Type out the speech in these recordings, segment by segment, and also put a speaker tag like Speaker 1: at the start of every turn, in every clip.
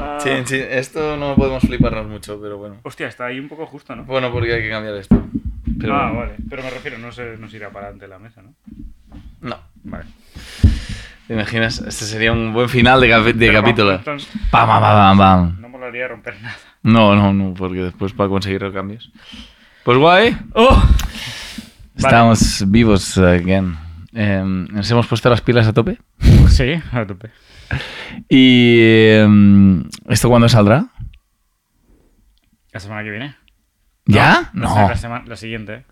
Speaker 1: Ah.
Speaker 2: Sí, esto no podemos fliparnos mucho, pero bueno.
Speaker 1: Hostia, está ahí un poco justo, ¿no?
Speaker 2: Bueno, porque hay que cambiar esto. Pero
Speaker 1: Ah, vale. Pero me refiero, no se nos irá para adelante la mesa, ¿no?
Speaker 2: no.
Speaker 1: Vale.
Speaker 2: ¿Te imaginas? Este sería un buen final de, capi- de
Speaker 1: Pero
Speaker 2: capítulo.
Speaker 1: vamos, entonces,
Speaker 2: Pam, pam, pam, pam, pam.
Speaker 1: No molaría romper nada.
Speaker 2: No, no, no, porque después para conseguir los cambios. Pues guay. Estamos vivos again. Eh, nos hemos puesto las pilas a tope.
Speaker 1: Sí, a tope.
Speaker 2: ¿Y eh, esto cuándo saldrá?
Speaker 1: La semana que viene.
Speaker 2: ¿Ya?
Speaker 1: O sea,
Speaker 2: No.
Speaker 1: La, sema- la siguiente.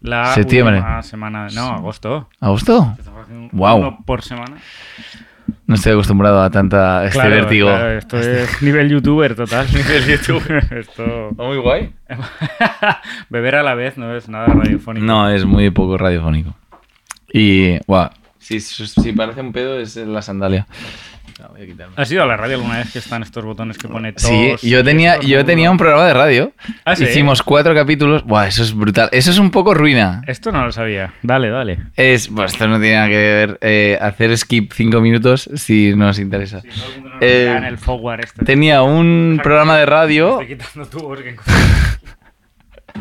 Speaker 1: La
Speaker 2: Septiembre.
Speaker 1: última semana. No, agosto.
Speaker 2: ¿Agosto?
Speaker 1: Estamos haciendo
Speaker 2: Guau.
Speaker 1: uno por semana.
Speaker 2: No estoy acostumbrado a tanta este
Speaker 1: Claro,
Speaker 2: vértigo. Este
Speaker 1: claro, esto es nivel youtuber total. nivel youtuber. esto.
Speaker 2: muy guay.
Speaker 1: Beber a la vez no es nada radiofónico.
Speaker 2: No, es muy poco radiofónico. Y, guau. Si, si parece un pedo, es la sandalia. No, voy a quitarme.
Speaker 1: ¿Has ido a la radio alguna vez que están estos botones que pone tos?
Speaker 2: Sí, yo tenía, yo tenía un programa de radio.
Speaker 1: Ah, ¿sí?
Speaker 2: Hicimos cuatro capítulos. Buah, eso es brutal. Eso es un poco ruina.
Speaker 1: Esto no lo sabía. Dale, dale.
Speaker 2: Es, bueno, esto no tiene nada que ver. eh, hacer skip cinco minutos si nos interesa. Eh,
Speaker 1: en el forward este.
Speaker 2: Tenía un programa de radio.
Speaker 1: Estoy quitando tubos que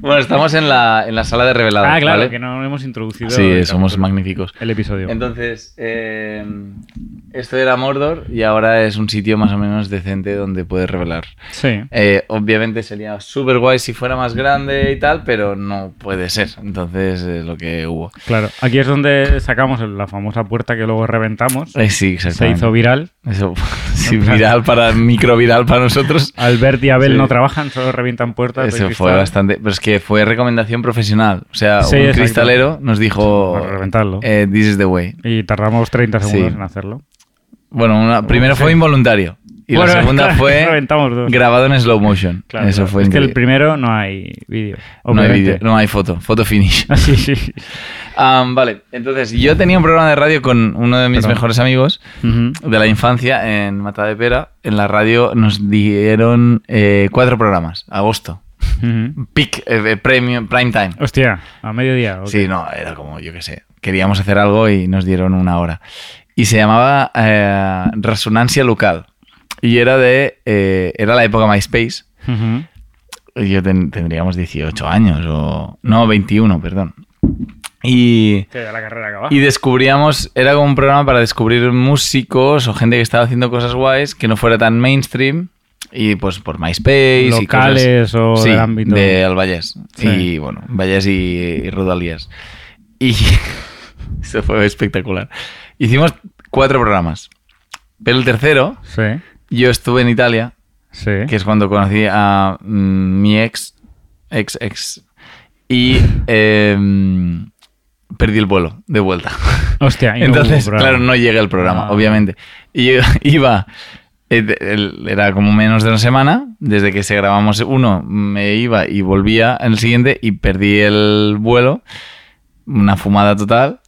Speaker 2: Bueno, estamos en la, en la sala de revelado.
Speaker 1: Ah, claro,
Speaker 2: ¿vale?
Speaker 1: que no hemos introducido.
Speaker 2: Sí,
Speaker 1: el
Speaker 2: somos
Speaker 1: capítulo.
Speaker 2: magníficos.
Speaker 1: El episodio.
Speaker 2: Entonces, eh, esto era Mordor y ahora es un sitio más o menos decente donde puedes revelar.
Speaker 1: Sí.
Speaker 2: Eh, obviamente sería súper guay si fuera más grande y tal, pero no puede ser. Entonces es lo que hubo.
Speaker 1: Claro, aquí es donde sacamos el- la famosa puerta que luego reventamos.
Speaker 2: Eh, sí,
Speaker 1: Se
Speaker 2: exactamente.
Speaker 1: hizo viral.
Speaker 2: Eso, sí,
Speaker 1: En plan-
Speaker 2: viral para, microviral para nosotros.
Speaker 1: Albert y Abel
Speaker 2: Sí.
Speaker 1: no trabajan, solo revientan puertas. de
Speaker 2: Eso fue
Speaker 1: cristal
Speaker 2: bastante. Pero es que fue recomendación profesional. O sea,
Speaker 1: Sí,
Speaker 2: un
Speaker 1: exacto.
Speaker 2: cristalero nos dijo:
Speaker 1: Para reventarlo.
Speaker 2: eh, This is the way.
Speaker 1: Y tardamos 30 segundos
Speaker 2: Sí.
Speaker 1: en hacerlo.
Speaker 2: Bueno, una, primero
Speaker 1: sí.
Speaker 2: fue involuntario. Y
Speaker 1: Bueno,
Speaker 2: la segunda
Speaker 1: claro,
Speaker 2: fue
Speaker 1: Reventamos dos.
Speaker 2: grabado en slow motion.
Speaker 1: Claro,
Speaker 2: Eso
Speaker 1: claro.
Speaker 2: fue
Speaker 1: Es que el
Speaker 2: increíble.
Speaker 1: primero no hay vídeo.
Speaker 2: no hay
Speaker 1: obviamente.
Speaker 2: vídeo, no hay foto, foto finish.
Speaker 1: Ah, sí, sí.
Speaker 2: Am, vale, entonces yo tenía un programa de radio con uno de mis
Speaker 1: Perdón.
Speaker 2: mejores amigos
Speaker 1: Ujú.
Speaker 2: de la infancia en Mata de Pera. En la radio nos dieron eh, cuatro programas, agosto.
Speaker 1: Ujú.
Speaker 2: Peak, eh, eh, premium, prime time.
Speaker 1: Hostia, a mediodía. ok.
Speaker 2: Sí, no, era como, yo qué sé, queríamos hacer algo y nos dieron una hora. Y se llamaba eh, Resonancia Local. Y era de, eh, era la época MySpace.
Speaker 1: Ujú.
Speaker 2: Y Yo ten- tendríamos 18 años o... No, 21, perdón. Y...
Speaker 1: Que ya la carrera acaba.
Speaker 2: Y descubríamos, era como un programa para descubrir músicos o gente que estaba haciendo cosas guays que no fuera tan mainstream y pues por MySpace y
Speaker 1: Locales
Speaker 2: cosas,
Speaker 1: o
Speaker 2: sí,
Speaker 1: del ámbito.
Speaker 2: de Albayés
Speaker 1: Sí.
Speaker 2: y bueno, Vallés y, y Rodalías. Y eso fue espectacular. Hicimos cuatro programas. Pero el tercero,
Speaker 1: Sí,
Speaker 2: yo estuve en Italia,
Speaker 1: sí.
Speaker 2: que es cuando conocí a mm, mi ex, ex, ex, y em, perdí el vuelo de vuelta.
Speaker 1: Hostia, y no
Speaker 2: Entonces,
Speaker 1: hubo programa.
Speaker 2: claro, no llegué al programa,
Speaker 1: Ah.
Speaker 2: obviamente. Y yo iba, eh, de- el- era como menos de una semana, desde que se grabamos uno, me iba y volvía en el siguiente y perdí el vuelo, una fumada total.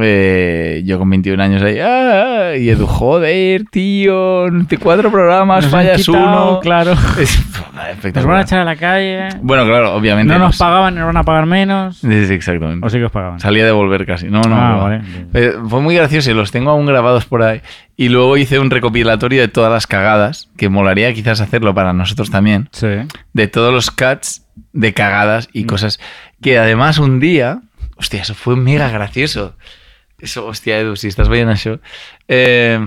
Speaker 2: Eh, yo con 21 años ahí, "Ah", y Edu, joder, tío, de cuatro programas,
Speaker 1: Nos han
Speaker 2: fallas
Speaker 1: quitado,
Speaker 2: uno.
Speaker 1: Claro.
Speaker 2: Es
Speaker 1: Nos van a
Speaker 2: espectacular.
Speaker 1: echar a la calle.
Speaker 2: Bueno, claro, obviamente.
Speaker 1: No nos
Speaker 2: nos-
Speaker 1: pagaban, nos van a pagar menos.
Speaker 2: Sí, sí, exactamente.
Speaker 1: O sí que os pagaban.
Speaker 2: Salía de volver casi. No, no.
Speaker 1: Ah,
Speaker 2: no.
Speaker 1: vale.
Speaker 2: Eh, fue muy gracioso y los tengo aún grabados por ahí. Y luego hice un recopilatorio de todas las cagadas, que molaría quizás hacerlo para nosotros también,
Speaker 1: Sí.
Speaker 2: de todos los cuts de cagadas
Speaker 1: Mm.
Speaker 2: y cosas. Que además un día. Hostia, eso fue mega gracioso. Eso, hostia, Edu, si estás viendo eso. Eh,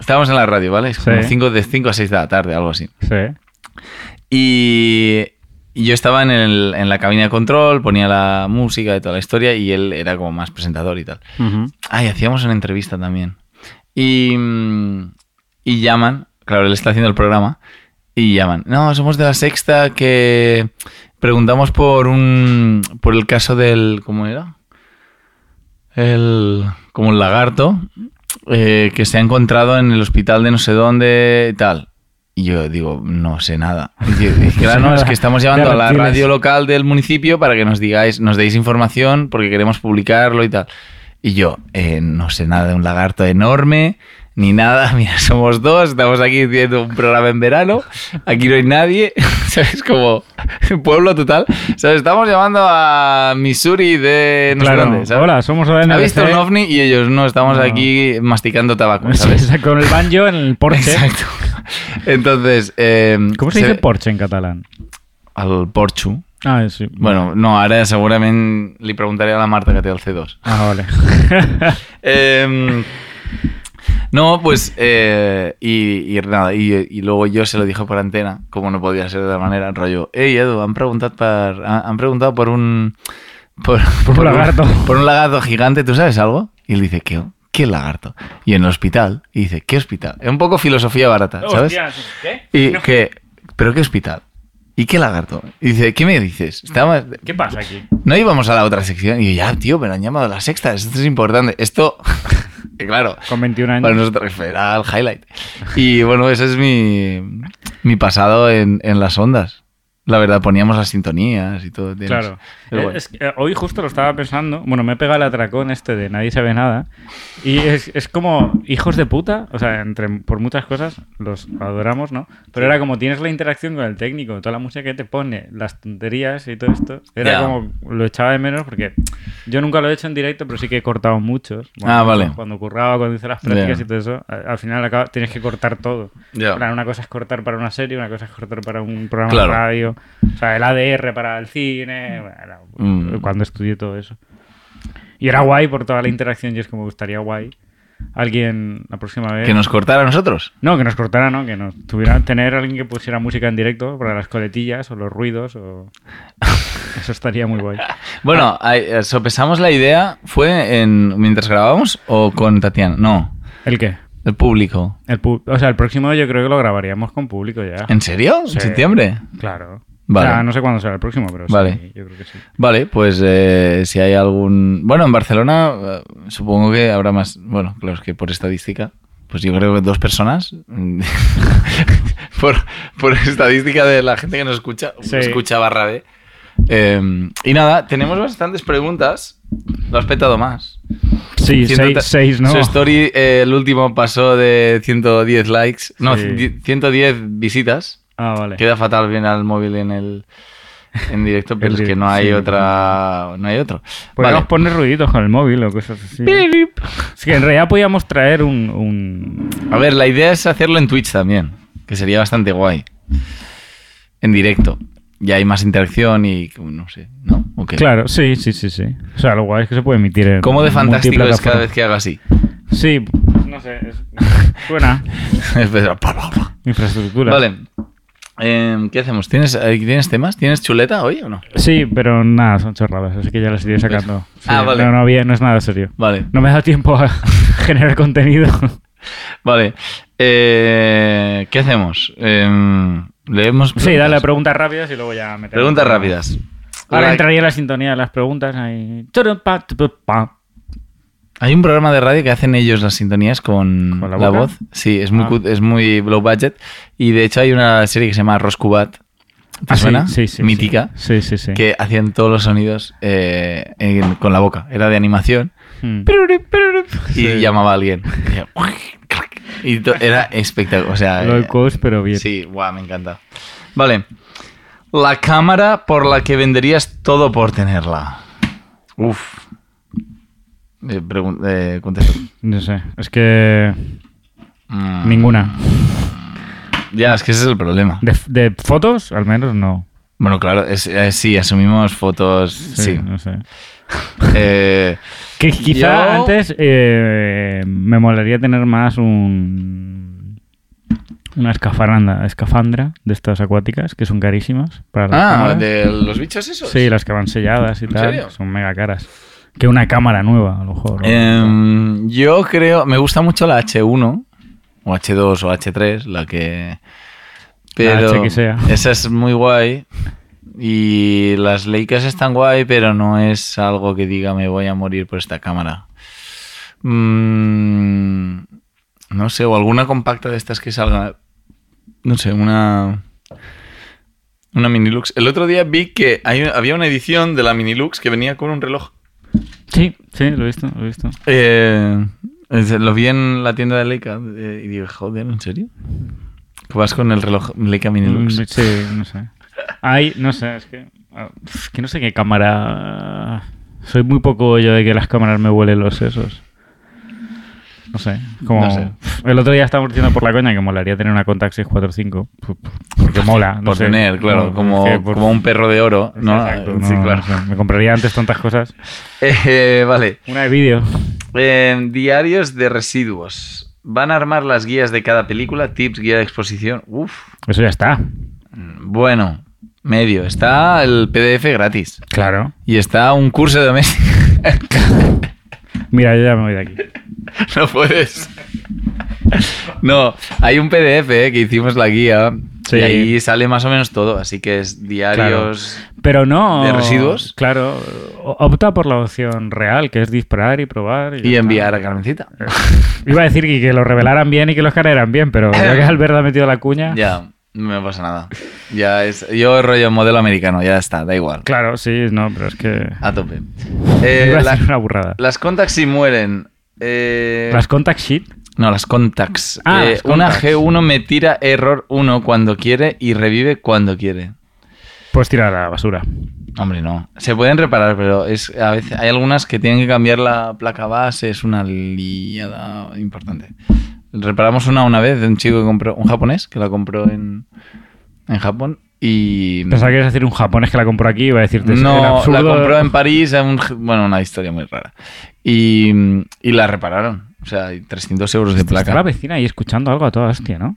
Speaker 2: estábamos en la radio, ¿vale? Es como
Speaker 1: Sí.
Speaker 2: cinco- de 5 a 6 de la tarde, algo así.
Speaker 1: Sí.
Speaker 2: Y y yo estaba en, el- en la cabina de control, ponía la música y toda la historia, y él era como más presentador y tal.
Speaker 1: Ujú.
Speaker 2: Ay, hacíamos una entrevista también. Y, mm, y llaman, claro, él está haciendo el programa, y llaman. No, somos de la sexta que preguntamos por un. por el caso del. ¿Cómo era? El. como el lagarto eh, que se ha encontrado en el hospital de no sé dónde y tal. Y yo digo, no sé nada. Y yo, y claro, no, es que estamos llamando a la
Speaker 1: reptiles.
Speaker 2: radio local del municipio para que nos digáis, nos deis información porque queremos publicarlo y tal. Y yo, eh, no sé nada de un lagarto enorme, ni nada. Mira, somos dos, estamos aquí haciendo un programa en verano, aquí no hay nadie, ¿sabes? Como pueblo total. ¿Sabes? Estamos llamando a Missouri de no sé
Speaker 1: Claro.
Speaker 2: dónde, ¿sabes?
Speaker 1: Hola, somos la
Speaker 2: Ha
Speaker 1: NBC.
Speaker 2: visto un ovni y ellos no, estamos
Speaker 1: No.
Speaker 2: aquí masticando tabaco, ¿sabes?
Speaker 1: Con el banjo en el porche.
Speaker 2: Exacto. Entonces. eh,
Speaker 1: ¿Cómo se, dice Porsche en catalán?
Speaker 2: Al Porchu.
Speaker 1: Ah, sí.
Speaker 2: Bueno, no, ahora seguramente le preguntaré a la Marta que te da el C2.
Speaker 1: Ah, vale.
Speaker 2: Em, no, pues. eh, y, y nada, y, y luego yo se lo dije por antena, como no podía ser de la manera, rollo. Hey, Edu, han preguntado, par- han, han preguntado por un. Por,
Speaker 1: un lagarto.
Speaker 2: por un lagarto gigante, ¿tú sabes algo? Y él dice, ¿qué? ¿Qué lagarto? Y en el hospital, y dice, ¿qué hospital? Es un poco filosofía barata, ¿sabes?
Speaker 1: ¿qué?
Speaker 2: Y que, ¿pero qué hospital? ¿Y qué lagarto? Y dice, ¿qué me dices? Estaba,
Speaker 1: ¿Qué pasa aquí?
Speaker 2: no íbamos a la otra sección. Y yo, ya, tío, pero han llamado a la sexta. Esto es importante. Esto, que claro,
Speaker 1: Con 21 años.
Speaker 2: para nosotros era el highlight. Y bueno, ese es mi, mi pasado en, en las ondas. La verdad, poníamos las sintonías y todo. tienes-
Speaker 1: Claro.
Speaker 2: Pero
Speaker 1: Eh,
Speaker 2: bueno.
Speaker 1: es que, eh, hoy justo lo estaba pensando. Bueno, me he pegado el atracón este de nadie sabe nada. Y es, es como hijos de puta. O sea, entre, por muchas cosas los adoramos, ¿no? Pero era como tienes la interacción con el técnico, toda la música que te pone, las tonterías y todo esto. Era
Speaker 2: Ya.
Speaker 1: como lo echaba de menos porque yo nunca lo he hecho en directo, pero sí que he cortado muchos.
Speaker 2: Ah, vale.
Speaker 1: Cuando curraba, cuando hice las prácticas
Speaker 2: Ya.
Speaker 1: y todo eso, a- al final acaba- tienes que cortar todo.
Speaker 2: Ya.
Speaker 1: En plan, Una cosa es cortar para una serie, una cosa es cortar para un programa
Speaker 2: Claro.
Speaker 1: de radio. O sea, el ADR para el cine. bueno,
Speaker 2: Mm.
Speaker 1: Cuando estudié todo eso. Y era guay por toda la interacción. Y es como gustaría guay. Alguien la próxima vez.
Speaker 2: Que nos cortara a nosotros.
Speaker 1: No, que nos cortara, ¿no? Que nos tuviera tener alguien que pusiera música en directo para las coletillas o los ruidos o. Eso estaría muy guay.
Speaker 2: Bueno,
Speaker 1: Ah.
Speaker 2: ahí, eh, sopesamos la idea. ¿Fue en mientras grabábamos o con Tatiana? No,
Speaker 1: ¿El qué?
Speaker 2: el público.
Speaker 1: El pu- o sea, el próximo yo creo que lo grabaríamos con público ya.
Speaker 2: ¿En serio? ¿En
Speaker 1: Ah. Sí.
Speaker 2: septiembre?
Speaker 1: Claro.
Speaker 2: Vale.
Speaker 1: O sea, no sé cuándo será el próximo, pero sí,
Speaker 2: Vale.
Speaker 1: yo creo que sí.
Speaker 2: Vale, pues eh, si hay algún... Bueno, en Barcelona eh, supongo que habrá más... Bueno, claro, es que por estadística, pues yo creo que dos personas. mm, por, por estadística de la gente que nos escucha,
Speaker 1: Sí.
Speaker 2: escucha barra B. Eh, y nada, tenemos bastantes preguntas. Lo has petado más.
Speaker 1: Sí,
Speaker 2: Ciento-
Speaker 1: 6, ¿no?
Speaker 2: Su story, eh, el último pasó de 110 likes. No,
Speaker 1: Sí.
Speaker 2: di- 110 visitas.
Speaker 1: Ah, vale.
Speaker 2: Queda fatal bien al móvil en el en directo, pero
Speaker 1: El
Speaker 2: es que
Speaker 1: directo,
Speaker 2: no hay
Speaker 1: sí.
Speaker 2: otra, no hay otro.
Speaker 1: Podríamos
Speaker 2: Vale.
Speaker 1: poner Pues ruiditos con el móvil o cosas así. ¿no? Es que en realidad podíamos traer un. un-
Speaker 2: A ver, la idea es hacerlo en Twitch también, que sería bastante guay. En directo. Y hay más interacción y no sé, ¿no? ¿O qué?
Speaker 1: Claro, sí, sí, sí, sí. O sea, lo guay es que se puede emitir en.
Speaker 2: ¿Cómo de fantástico es cada
Speaker 1: multiplataforma.
Speaker 2: vez que hago así?
Speaker 1: Sí, no sé. es- Suena.
Speaker 2: Empezar, pa, pa, pa.
Speaker 1: Infraestructura.
Speaker 2: vale. Em, ¿Qué hacemos? ¿Tienes, eh, ¿Tienes temas? ¿Tienes chuleta hoy o no?
Speaker 1: Sí, pero nada, son chorradas, así que ya las iré sacando. Sí,
Speaker 2: Ah, vale.
Speaker 1: No, no, había, no es nada serio.
Speaker 2: Vale,
Speaker 1: No me da tiempo a generar contenido.
Speaker 2: vale. Eh, ¿Qué hacemos? Em, leemos
Speaker 1: sí, dale a
Speaker 2: preguntas?
Speaker 1: preguntas rápidas y luego ya metemos.
Speaker 2: Preguntas rápidas.
Speaker 1: Ahora
Speaker 2: Hola,
Speaker 1: entraría la sintonía de las preguntas. Ahí. Chorón, pa, tupu, pa.
Speaker 2: Hay un programa de radio que hacen ellos las sintonías con,
Speaker 1: ¿Con
Speaker 2: la,
Speaker 1: la boca?
Speaker 2: voz. Sí, es muy,
Speaker 1: Ah.
Speaker 2: cut- es muy low budget. Y de hecho hay una serie que se llama Roscubat. ¿Te
Speaker 1: Ah, sí,
Speaker 2: suena?
Speaker 1: sí, sí,
Speaker 2: Mítica.
Speaker 1: Sí, sí, sí.
Speaker 2: Que hacían todos los sonidos eh, en- con la boca. Era de animación.
Speaker 1: Mm.
Speaker 2: Y
Speaker 1: Sí.
Speaker 2: llamaba a alguien. Y decía, "Crack". Y to- era espectacular. O sea,
Speaker 1: Low
Speaker 2: eh,
Speaker 1: cost, pero bien.
Speaker 2: sí, guau, me encanta. Vale. La cámara por la que venderías todo por tenerla. Uf. Eh, pregun- eh, contesto.
Speaker 1: No sé. Es que.
Speaker 2: Mm.
Speaker 1: Ninguna.
Speaker 2: Ya, es que ese es el problema.
Speaker 1: De, de fotos, al menos no.
Speaker 2: Bueno, claro, es- eh, sí, asumimos fotos,
Speaker 1: Sí.
Speaker 2: sí.
Speaker 1: No sé.
Speaker 2: Eh,
Speaker 1: Que quizá
Speaker 2: Yo-
Speaker 1: antes eh, me molaría tener más un. Una escafaranda, escafandra de estas acuáticas que son carísimas. Para las
Speaker 2: ah,
Speaker 1: cámaras.
Speaker 2: ¿de los bichos esos?
Speaker 1: Sí, las que van selladas y
Speaker 2: ¿En
Speaker 1: tal.
Speaker 2: serio?
Speaker 1: Son mega caras. Que una cámara nueva, a lo mejor. o-
Speaker 2: Em, yo creo, me gusta mucho la H1, o H2 o H3, la que... Pero
Speaker 1: H que sea.
Speaker 2: esa es muy guay. Y las Leicas están guay, pero no es algo que diga me voy a morir por esta cámara. Mm, no sé, o alguna compacta de estas que salga. No sé, una. Una Minilux. El otro día vi que hay- había una edición de la Minilux que venía con un reloj.
Speaker 1: Sí, sí, lo he visto, lo he visto.
Speaker 2: Eh, es- lo vi en la tienda de Leica eh, y digo, joder, ¿en serio? Que vas con el reloj Leica Minilux.
Speaker 1: Mm, Sí, no sé. Ay, no sé, es que. ah, Es que no sé qué cámara. Soy muy poco yo de que las cámaras me huelen los sesos. No sé. Como,
Speaker 2: No sé.
Speaker 1: El otro día estábamos diciendo por la coña que molaría tener una Contact 645. Porque mola. No
Speaker 2: por
Speaker 1: sé.
Speaker 2: tener, claro,
Speaker 1: No,
Speaker 2: como,
Speaker 1: es que por-
Speaker 2: como un perro de oro,
Speaker 1: es que
Speaker 2: ¿no?
Speaker 1: exacto,
Speaker 2: sí,
Speaker 1: no,
Speaker 2: claro.
Speaker 1: no sé. Me compraría antes tantas cosas.
Speaker 2: Eh, vale.
Speaker 1: Una de vídeo.
Speaker 2: Eh, diarios de residuos. Van a armar las guías de cada película, tips, guía de exposición. Uf.
Speaker 1: Eso ya está.
Speaker 2: Bueno, medio. Está el PDF gratis.
Speaker 1: Claro.
Speaker 2: Y está un curso de doméstica.
Speaker 1: Mira, yo ya me voy de aquí.
Speaker 2: No puedes. No, hay un PDF eh, que hicimos la guía
Speaker 1: Sí.
Speaker 2: y ahí sale más o menos todo, así que es diarios.
Speaker 1: Pero no.
Speaker 2: ¿De residuos?
Speaker 1: Claro. o- Opta por la opción real, que es disparar y probar. ya
Speaker 2: Y
Speaker 1: está.
Speaker 2: enviar a Carmencita.
Speaker 1: Iba a decir que, que lo revelaran bien y que los careran bien, pero creo que Alberto ha metido la cuña.
Speaker 2: Ya, no me pasa nada. Ya es. Yo rollo modelo americano, ya está, da igual.
Speaker 1: Claro, sí, no, pero es que.
Speaker 2: A tope. Ah, Eh,
Speaker 1: Iba a
Speaker 2: la-
Speaker 1: decir una burrada.
Speaker 2: las contacts si mueren. eh,
Speaker 1: Las contact sheet.
Speaker 2: No, las contacts.
Speaker 1: Ah,
Speaker 2: Eh,
Speaker 1: las
Speaker 2: una
Speaker 1: contacts.
Speaker 2: G1 me tira error 1 cuando quiere y revive cuando quiere.
Speaker 1: Puedes pues tirar a la basura.
Speaker 2: Hombre, no. Se pueden reparar, pero es a veces hay algunas que tienen que cambiar la placa base, es una liada importante. Reparamos una una vez de un chico que compró, un japonés que la compró en, en Japón y
Speaker 1: Pensaba que ibas a decir un japonés que la compró aquí y iba a decirte "Es el
Speaker 2: no la
Speaker 1: absurdo".
Speaker 2: compró en París, en un- bueno, una historia muy rara. Y, y la repararon, o sea, hay 300 euros de
Speaker 1: Está la
Speaker 2: placa.
Speaker 1: vecina ahí escuchando algo a toda hostia, ¿no?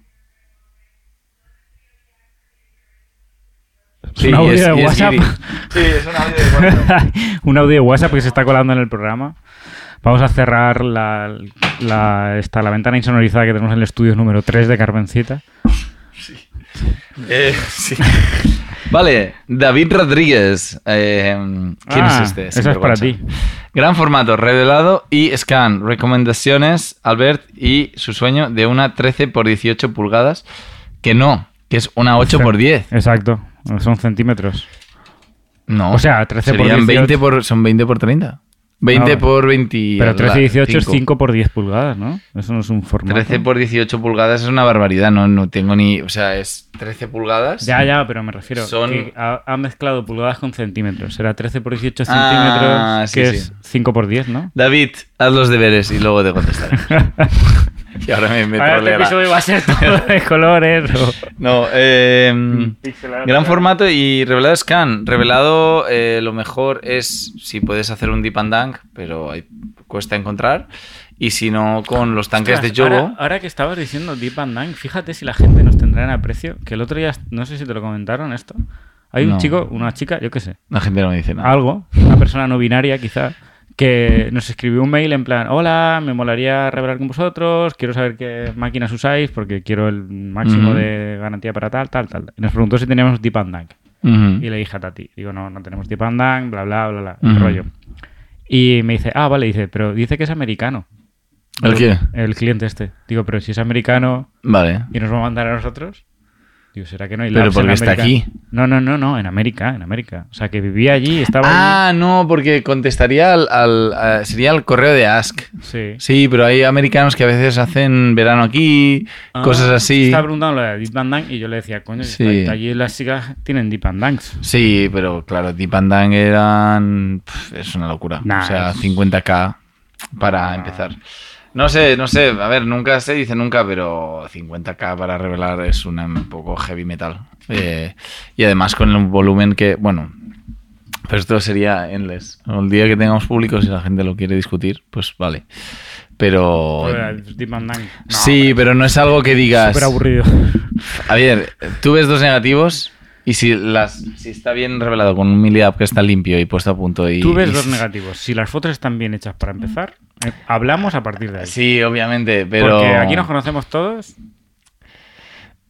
Speaker 1: Es
Speaker 2: Sí,
Speaker 1: un audio
Speaker 2: y es-
Speaker 1: de
Speaker 2: y es
Speaker 1: WhatsApp.
Speaker 2: guiri. Sí, es un audio de WhatsApp.
Speaker 1: un audio de WhatsApp que se está colando en el programa. Vamos a cerrar la, la- esta, la ventana insonorizada que tenemos en el estudio número 3 de Carmencita.
Speaker 2: Vale, David Rodríguez. eh, ¿Quién
Speaker 1: Ah,
Speaker 2: es este?
Speaker 1: Esa es para
Speaker 2: Sinvergüenza.
Speaker 1: ti.
Speaker 2: Gran formato, revelado y scan. Recomendaciones, Albert y su sueño de una 13 por 18 pulgadas. Que no, que es una 8 por 10.
Speaker 1: Exacto. Son centímetros.
Speaker 2: No,
Speaker 1: O sea, 13 por
Speaker 2: serían
Speaker 1: 18.
Speaker 2: 20 por, son 20 por 30. 20
Speaker 1: No,
Speaker 2: por 20.
Speaker 1: Pero 13 y 18 es
Speaker 2: cinco.
Speaker 1: 5 por 10 pulgadas, ¿no? Eso no es un formato.
Speaker 2: 13 por 18 pulgadas es una barbaridad, no, no tengo ni. O sea, es 13 pulgadas.
Speaker 1: Ya, ya, pero me refiero.
Speaker 2: Son-
Speaker 1: que ha, ha mezclado pulgadas con centímetros. Era 13 por 18
Speaker 2: Ah,
Speaker 1: centímetros,
Speaker 2: sí,
Speaker 1: que
Speaker 2: sí.
Speaker 1: es 5 por 10, ¿no?
Speaker 2: David, haz los deberes y luego te contestaré. y ahora me, me
Speaker 1: Ahora este
Speaker 2: troleará.
Speaker 1: episodio va a ser todo de colores. o-
Speaker 2: No, eh,
Speaker 1: Mm.
Speaker 2: gran formato y revelado scan. Revelado, eh, lo mejor es si puedes hacer un deep and dunk, pero hay- cuesta encontrar. Y si no, con los tanques
Speaker 1: Ostras,
Speaker 2: de Yogo.
Speaker 1: Ahora, ahora que estabas diciendo Deep and Dunk, fíjate si la gente nos tendrá en aprecio. Que el otro día, no sé si te lo comentaron esto. Hay un
Speaker 2: No.
Speaker 1: chico, una chica, yo qué sé,
Speaker 2: La gente no me dice nada.
Speaker 1: algo, una persona no binaria quizá, que nos escribió un mail en plan, hola, me molaría revelar con vosotros, quiero saber qué máquinas usáis porque quiero el máximo
Speaker 2: Ujú.
Speaker 1: de garantía para tal, tal, tal. Y nos preguntó si teníamos Deep and Dunk.
Speaker 2: Ujú.
Speaker 1: Y le dije a Tati, digo, no, no tenemos Deep and Dunk, bla, bla, bla, bla, el
Speaker 2: Ujú.
Speaker 1: rollo. Y me dice, ah, vale, dice, pero dice que es americano.
Speaker 2: ¿El
Speaker 1: Digo,
Speaker 2: qué?
Speaker 1: El cliente este. Digo, pero si es americano
Speaker 2: Vale.
Speaker 1: y nos va a mandar a nosotros. Digo, ¿será que no hay
Speaker 2: Pero
Speaker 1: labs en
Speaker 2: porque está
Speaker 1: América?
Speaker 2: aquí.
Speaker 1: No, no, no, no, en América, en América. O sea, que vivía allí, estaba allí.
Speaker 2: Ah, no, porque contestaría al. al- a- sería el correo de Ask.
Speaker 1: Sí.
Speaker 2: Sí, pero hay americanos que a veces hacen verano aquí,
Speaker 1: Ah,
Speaker 2: cosas así.
Speaker 1: Estaba preguntando lo de Deep and Dunk y yo le decía, coño,
Speaker 2: Sí.
Speaker 1: está- está allí las chicas tienen Deep and Dunks.
Speaker 2: Sí, pero claro, Deep and Dunk eran. pf, es una locura.
Speaker 1: Nah,
Speaker 2: o sea,
Speaker 1: es-
Speaker 2: 50k para empezar. No sé, no sé. A ver, nunca se dice nunca, pero 50k para revelar es una- un poco heavy metal. Eh, y además con un volumen que. Bueno. Pero esto sería endless. El día que tengamos público, si la gente lo quiere discutir, pues vale. Pero.
Speaker 1: Pero el Deep and Dunk. no,
Speaker 2: sí,
Speaker 1: hombre,
Speaker 2: pero no es algo que digas.
Speaker 1: Súper aburrido.
Speaker 2: A ver, tú ves dos negativos y si, las, si está bien revelado con un miliap que está limpio y puesto a punto y...
Speaker 1: Tú ves
Speaker 2: y-
Speaker 1: dos negativos. Si las fotos están bien hechas para empezar, eh, hablamos a partir de ahí.
Speaker 2: Sí, obviamente, pero...
Speaker 1: Porque aquí nos conocemos todos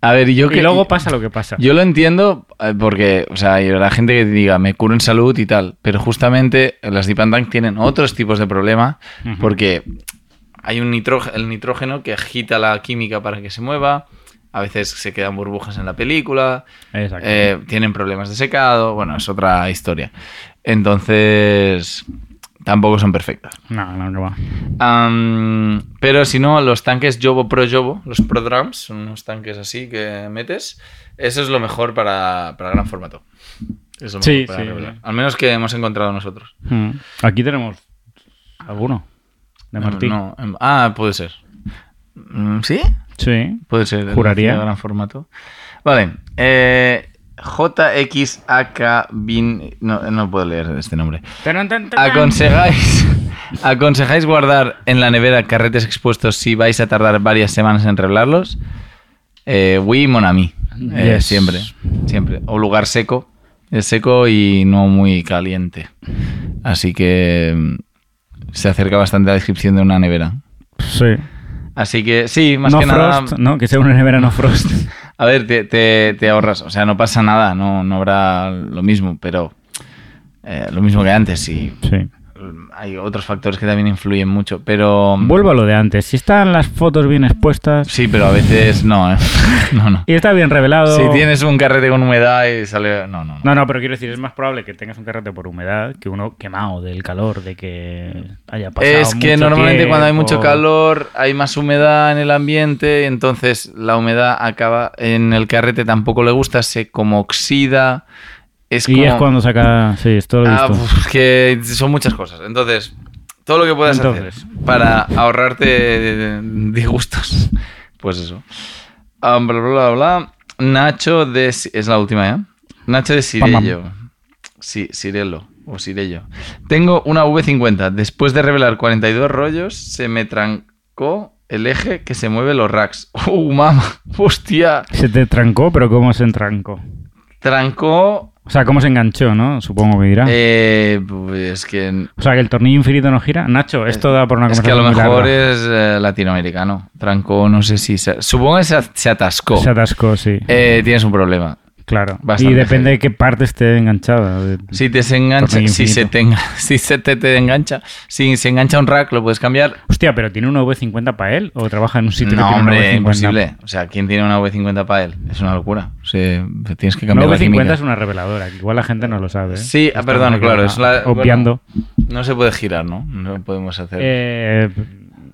Speaker 2: A ver, yo
Speaker 1: y
Speaker 2: que...
Speaker 1: luego pasa lo que pasa.
Speaker 2: Yo lo entiendo eh, porque, o sea, hay la gente que te diga, me curo en salud y tal, pero justamente las Deep and Dunk tienen otros tipos de problema
Speaker 1: Ujú.
Speaker 2: porque hay un nitrógeno, el nitrógeno que agita la química para que se mueva, a veces se quedan burbujas en la película,
Speaker 1: Exacto.
Speaker 2: Eh, tienen problemas de secado, bueno, es otra historia. Entonces, tampoco son perfectas.
Speaker 1: No, no, no va.
Speaker 2: Am, pero si no, los tanques Jobo Pro Jobo, los Pro Drums, son unos tanques así que metes, eso es lo mejor para, para gran formato. Es lo mejor
Speaker 1: Sí,
Speaker 2: para
Speaker 1: sí,
Speaker 2: revelar.
Speaker 1: sí.
Speaker 2: Al menos que hemos encontrado nosotros.
Speaker 1: Aquí tenemos Mm. alguno. de Martín.
Speaker 2: No, no, em- Ah, puede ser. Mm, ¿Sí?
Speaker 1: Sí.
Speaker 2: Puede ser. el
Speaker 1: Juraría.
Speaker 2: de gran formato. Vale. Eh, JXAK Bin. No, no puedo leer este nombre.
Speaker 1: Tan, tan, tan, tan.
Speaker 2: ¿Aconsejáis, ¿Aconsejáis guardar en la nevera carretes expuestos si vais a tardar varias semanas en revelarlos? Eh, oui, mon ami. Eh,
Speaker 1: Yes.
Speaker 2: Siempre, siempre. O lugar seco. Es seco y no muy caliente. Así que mm, se acerca bastante a la descripción de una nevera.
Speaker 1: Sí.
Speaker 2: Así que sí, más
Speaker 1: no
Speaker 2: que nada...
Speaker 1: Frost, ¿no? Que sea una nevera no Frost.
Speaker 2: A ver, te, te- te ahorras, o sea, no pasa nada, no, no habrá lo mismo, pero eh, lo mismo que antes, sí.
Speaker 1: Sí.
Speaker 2: mm, Hay otros factores que también influyen mucho, pero... mm,
Speaker 1: Vuelvo a lo de antes. Si están las fotos bien expuestas
Speaker 2: Sí, pero a veces no, ¿eh? No, no.
Speaker 1: y está bien revelado.
Speaker 2: Si tienes un carrete con humedad y sale... No, no, no.
Speaker 1: No, no, pero quiero decir, es más probable que tengas un carrete por humedad que uno quemado del calor, de que haya pasado.
Speaker 2: Es que
Speaker 1: mucho
Speaker 2: normalmente
Speaker 1: tiempo.
Speaker 2: cuando hay mucho calor hay más humedad en el ambiente, entonces la humedad acaba en el carrete, tampoco le gusta, se como oxida. Es
Speaker 1: y
Speaker 2: como...
Speaker 1: es cuando saca. Sí, esto lo he
Speaker 2: Ah,
Speaker 1: visto.
Speaker 2: pues que son muchas cosas. Entonces, todo lo que puedas
Speaker 1: Entonces.
Speaker 2: hacer para ahorrarte disgustos. Pues eso. Ah, bla, bla, bla, bla. Nacho de... Si- Es la última, ¿eh? Nacho de
Speaker 1: pam.
Speaker 2: Sirello. Sí, Sirelo. O Sirello. Tengo una V50. Después de revelar 42 rollos, se me trancó el eje que se mueve los racks. ¡Uh, mamá! ¡Hostia!
Speaker 1: Se te trancó, pero ¿cómo se entrancó?
Speaker 2: Trancó...
Speaker 1: O sea, ¿cómo se enganchó, no? Supongo que dirá.
Speaker 2: eh, pues que
Speaker 1: o sea, que el tornillo infinito no gira. Nacho, esto da por una
Speaker 2: Es que a
Speaker 1: conversación
Speaker 2: lo
Speaker 1: muy
Speaker 2: mejor
Speaker 1: larga.
Speaker 2: es eh, latinoamericano. Trancó, no sé si. se- Supongo que se, a- se atascó.
Speaker 1: Se atascó, sí.
Speaker 2: Eh, tienes un problema.
Speaker 1: claro.
Speaker 2: bastante
Speaker 1: y depende de qué parte esté enganchada. de-
Speaker 2: Si te se engancha,
Speaker 1: Tornillo
Speaker 2: si se te, enga- si se te, te engancha, si se engancha un rack, lo puedes cambiar.
Speaker 1: Hostia, pero ¿tiene una V50 para él? ¿O trabaja en un sitio que
Speaker 2: no,
Speaker 1: tiene una
Speaker 2: hombre,
Speaker 1: V50?
Speaker 2: imposible. O sea, ¿quién tiene una V50 para él? Es una locura. O sea, tienes que
Speaker 1: Una
Speaker 2: cambiar la
Speaker 1: V50
Speaker 2: química.
Speaker 1: es una reveladora, que igual la gente no lo sabe. ¿eh?
Speaker 2: Sí, ah,
Speaker 1: Está
Speaker 2: perdón,
Speaker 1: muy
Speaker 2: claro,
Speaker 1: clara-
Speaker 2: es la-
Speaker 1: Obviando.
Speaker 2: No se puede girar, ¿no? No podemos hacer.
Speaker 1: Eh,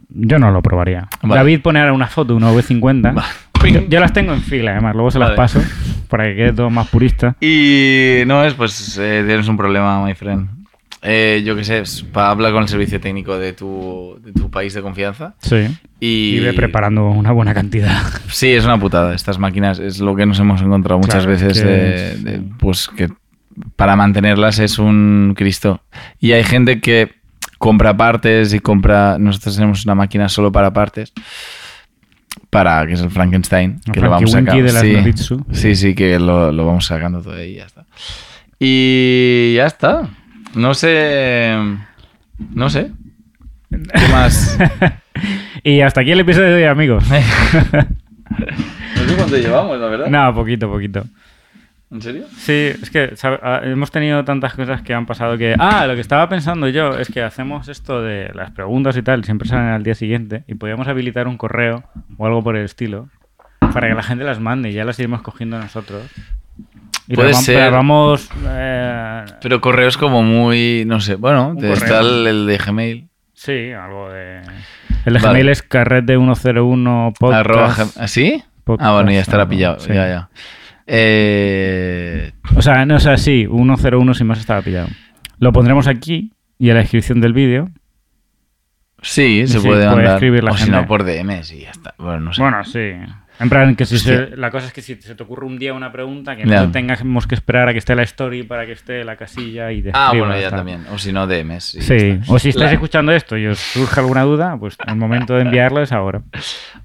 Speaker 1: yo no lo probaría.
Speaker 2: Vale.
Speaker 1: David pone ahora una foto de una V50.
Speaker 2: Va.
Speaker 1: Yo, yo las tengo en fila, además, luego se las
Speaker 2: Vale.
Speaker 1: paso para que quede todo más purista.
Speaker 2: Y no es, pues eh, tienes un problema, my friend. Eh, yo qué sé, es pa- habla con el servicio técnico de tu, de tu país de confianza.
Speaker 1: Sí.
Speaker 2: Y,
Speaker 1: Y ve preparando una buena cantidad.
Speaker 2: Sí, es una putada. Estas máquinas es lo que nos hemos encontrado muchas
Speaker 1: Claro,
Speaker 2: veces.
Speaker 1: que
Speaker 2: de-
Speaker 1: es-
Speaker 2: de, pues que para mantenerlas es un Cristo. Y hay gente que compra partes y compra. Nosotros tenemos una máquina solo para partes. Para que es el Frankenstein.
Speaker 1: El
Speaker 2: Que lo vamos
Speaker 1: Frankie
Speaker 2: sacando.
Speaker 1: Winky de las
Speaker 2: sí,
Speaker 1: Noritsu.
Speaker 2: sí, sí, que lo, lo vamos sacando todo ahí y ya está. Y ya está. No sé. No sé. ¿Qué más?
Speaker 1: Y hasta aquí el episodio de hoy, amigos.
Speaker 2: No sé cuánto llevamos, la verdad.
Speaker 1: Nada, poquito, poquito.
Speaker 2: ¿En serio?
Speaker 1: Sí, es que ¿sabe? Ah, hemos tenido tantas cosas que han pasado que... Ah, lo que estaba pensando yo es que hacemos esto de las preguntas y tal, siempre salen al día siguiente, y podríamos habilitar un correo o algo por el estilo para que la gente las mande y ya las iremos cogiendo nosotros. Y
Speaker 2: Puede
Speaker 1: las vam-
Speaker 2: ser.
Speaker 1: las vamos... eh,
Speaker 2: Pero correo es como muy, no sé, bueno,
Speaker 1: Un
Speaker 2: te- está
Speaker 1: correo.
Speaker 2: el, el de Gmail.
Speaker 1: sí, algo de... El de
Speaker 2: Vale.
Speaker 1: Gmail es carrete101podcast.
Speaker 2: Arroba gem- ¿Ah, sí?
Speaker 1: podcast,
Speaker 2: ah, bueno, ya estará
Speaker 1: arroba,
Speaker 2: pillado,
Speaker 1: sí.
Speaker 2: ya, ya. Eh,
Speaker 1: O sea, no, o sea, sí, 101 sin más estaba pillado. Lo pondremos aquí y en la descripción del vídeo.
Speaker 2: sí, se
Speaker 1: Sí,
Speaker 2: puede
Speaker 1: puede
Speaker 2: mandar.
Speaker 1: escribir la
Speaker 2: o si
Speaker 1: gente.
Speaker 2: no, por DM, sí, ya está. Bueno, no sé.
Speaker 1: Bueno, sí. En plan, que si
Speaker 2: Hostia.
Speaker 1: se- la cosa es que si se te ocurre un día una pregunta, que
Speaker 2: Ya.
Speaker 1: no tengamos que esperar a que esté la story para que esté la casilla y te
Speaker 2: ah,
Speaker 1: escriban,
Speaker 2: bueno, ya
Speaker 1: tal.
Speaker 2: también. O si no, DMs. Sí. ya
Speaker 1: Sí,
Speaker 2: está.
Speaker 1: o si estáis
Speaker 2: La-
Speaker 1: escuchando esto y os surge alguna duda, pues el momento de enviarlo es ahora.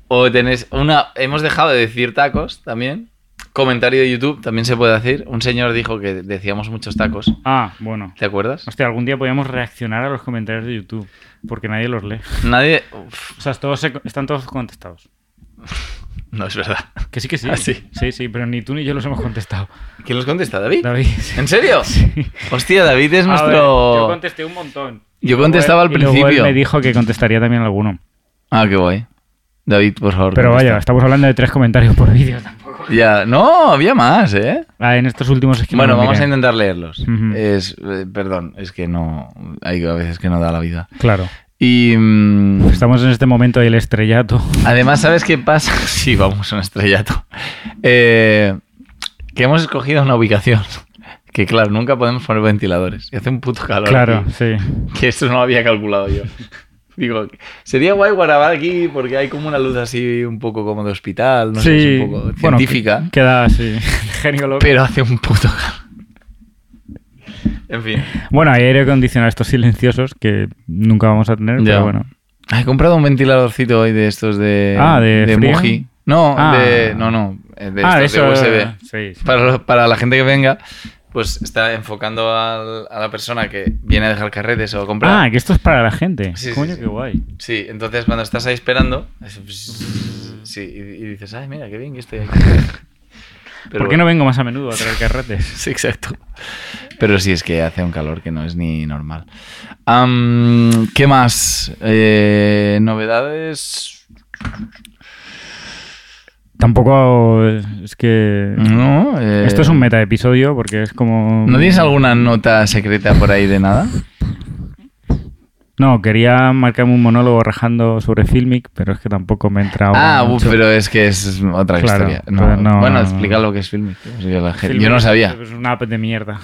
Speaker 2: O tenés una. Hemos dejado de decir tacos también. Comentario de YouTube también se puede decir. Un señor dijo que decíamos muchos tacos.
Speaker 1: Ah, bueno.
Speaker 2: ¿Te acuerdas?
Speaker 1: Hostia, algún día podríamos reaccionar a los comentarios de YouTube, porque nadie los lee.
Speaker 2: Nadie. Uf,
Speaker 1: O sea, todos se- están todos contestados.
Speaker 2: no es verdad.
Speaker 1: Que sí, que sí.
Speaker 2: Ah, sí.
Speaker 1: sí, sí, pero ni tú ni yo los hemos contestado.
Speaker 2: ¿Quién los contesta, David?
Speaker 1: David.
Speaker 2: ¿En serio? Hostia, David es
Speaker 1: A ver,
Speaker 2: nuestro.
Speaker 1: yo contesté un montón.
Speaker 2: Yo contestaba al
Speaker 1: Y luego él
Speaker 2: principio.
Speaker 1: me dijo que contestaría también alguno.
Speaker 2: Ah, qué guay. David, por favor.
Speaker 1: Pero
Speaker 2: contesta.
Speaker 1: vaya, estamos hablando de tres comentarios por vídeo tampoco.
Speaker 2: Ya, no, había más, ¿eh?
Speaker 1: Ah, en estos últimos es que no
Speaker 2: bueno,
Speaker 1: lo
Speaker 2: vamos
Speaker 1: miré.
Speaker 2: a intentar leerlos.
Speaker 1: Ujú.
Speaker 2: Es, eh, perdón, es que no. Hay a veces que no da la vida.
Speaker 1: Claro.
Speaker 2: Y. mm,
Speaker 1: Estamos en este momento del estrellato.
Speaker 2: además, ¿sabes qué pasa? sí, vamos a un estrellato. Eh, que hemos escogido una ubicación. Que claro, nunca podemos poner ventiladores. Y hace un puto calor.
Speaker 1: Claro,
Speaker 2: aquí,
Speaker 1: sí.
Speaker 2: que eso no lo había calculado yo. Digo, sería guay grabar aquí porque hay como una luz así un poco como de hospital, no sé, es un poco
Speaker 1: bueno,
Speaker 2: científica,
Speaker 1: que- queda así. Genio loco.
Speaker 2: pero hace un puto... en fin.
Speaker 1: Bueno, hay aire acondicionado estos silenciosos que nunca vamos a tener,
Speaker 2: Ya.
Speaker 1: pero bueno.
Speaker 2: Ah, He comprado un ventiladorcito hoy de estos de...
Speaker 1: Ah, ¿de frío?
Speaker 2: Muji. No,
Speaker 1: Ah.
Speaker 2: de... No, no. eh, De estos de USB.
Speaker 1: Sí, sí.
Speaker 2: Para, lo- para la gente que venga, pues está enfocando al- a la persona que viene a dejar carretes o a comprar.
Speaker 1: Ah, que esto es para la gente.
Speaker 2: Sí, sí,
Speaker 1: Coño,
Speaker 2: sí.
Speaker 1: qué guay.
Speaker 2: Sí, entonces cuando estás ahí esperando, es- pues, sí, y, y dices, ay, mira, qué bien que estoy aquí. Pero
Speaker 1: ¿Por qué no
Speaker 2: bueno,
Speaker 1: vengo más a menudo a traer carretes?
Speaker 2: Sí, exacto. Pero sí, es que hace un calor que no es ni normal. Am, ¿Qué más? Eh, ¿Novedades?
Speaker 1: Tampoco es que...
Speaker 2: No. eh,
Speaker 1: Esto es un meta episodio porque es como...
Speaker 2: ¿No tienes alguna nota secreta por ahí de nada?
Speaker 1: No, quería marcarme un monólogo rajando sobre Filmic, pero es que tampoco me entra
Speaker 2: Ah, uf, pero es que es otra
Speaker 1: Claro,
Speaker 2: historia. No,
Speaker 1: pero no,
Speaker 2: bueno,
Speaker 1: no, no.
Speaker 2: explica lo que es Filmic. tío. Yo, la gente- yo no sabía.
Speaker 1: Es una app de mierda.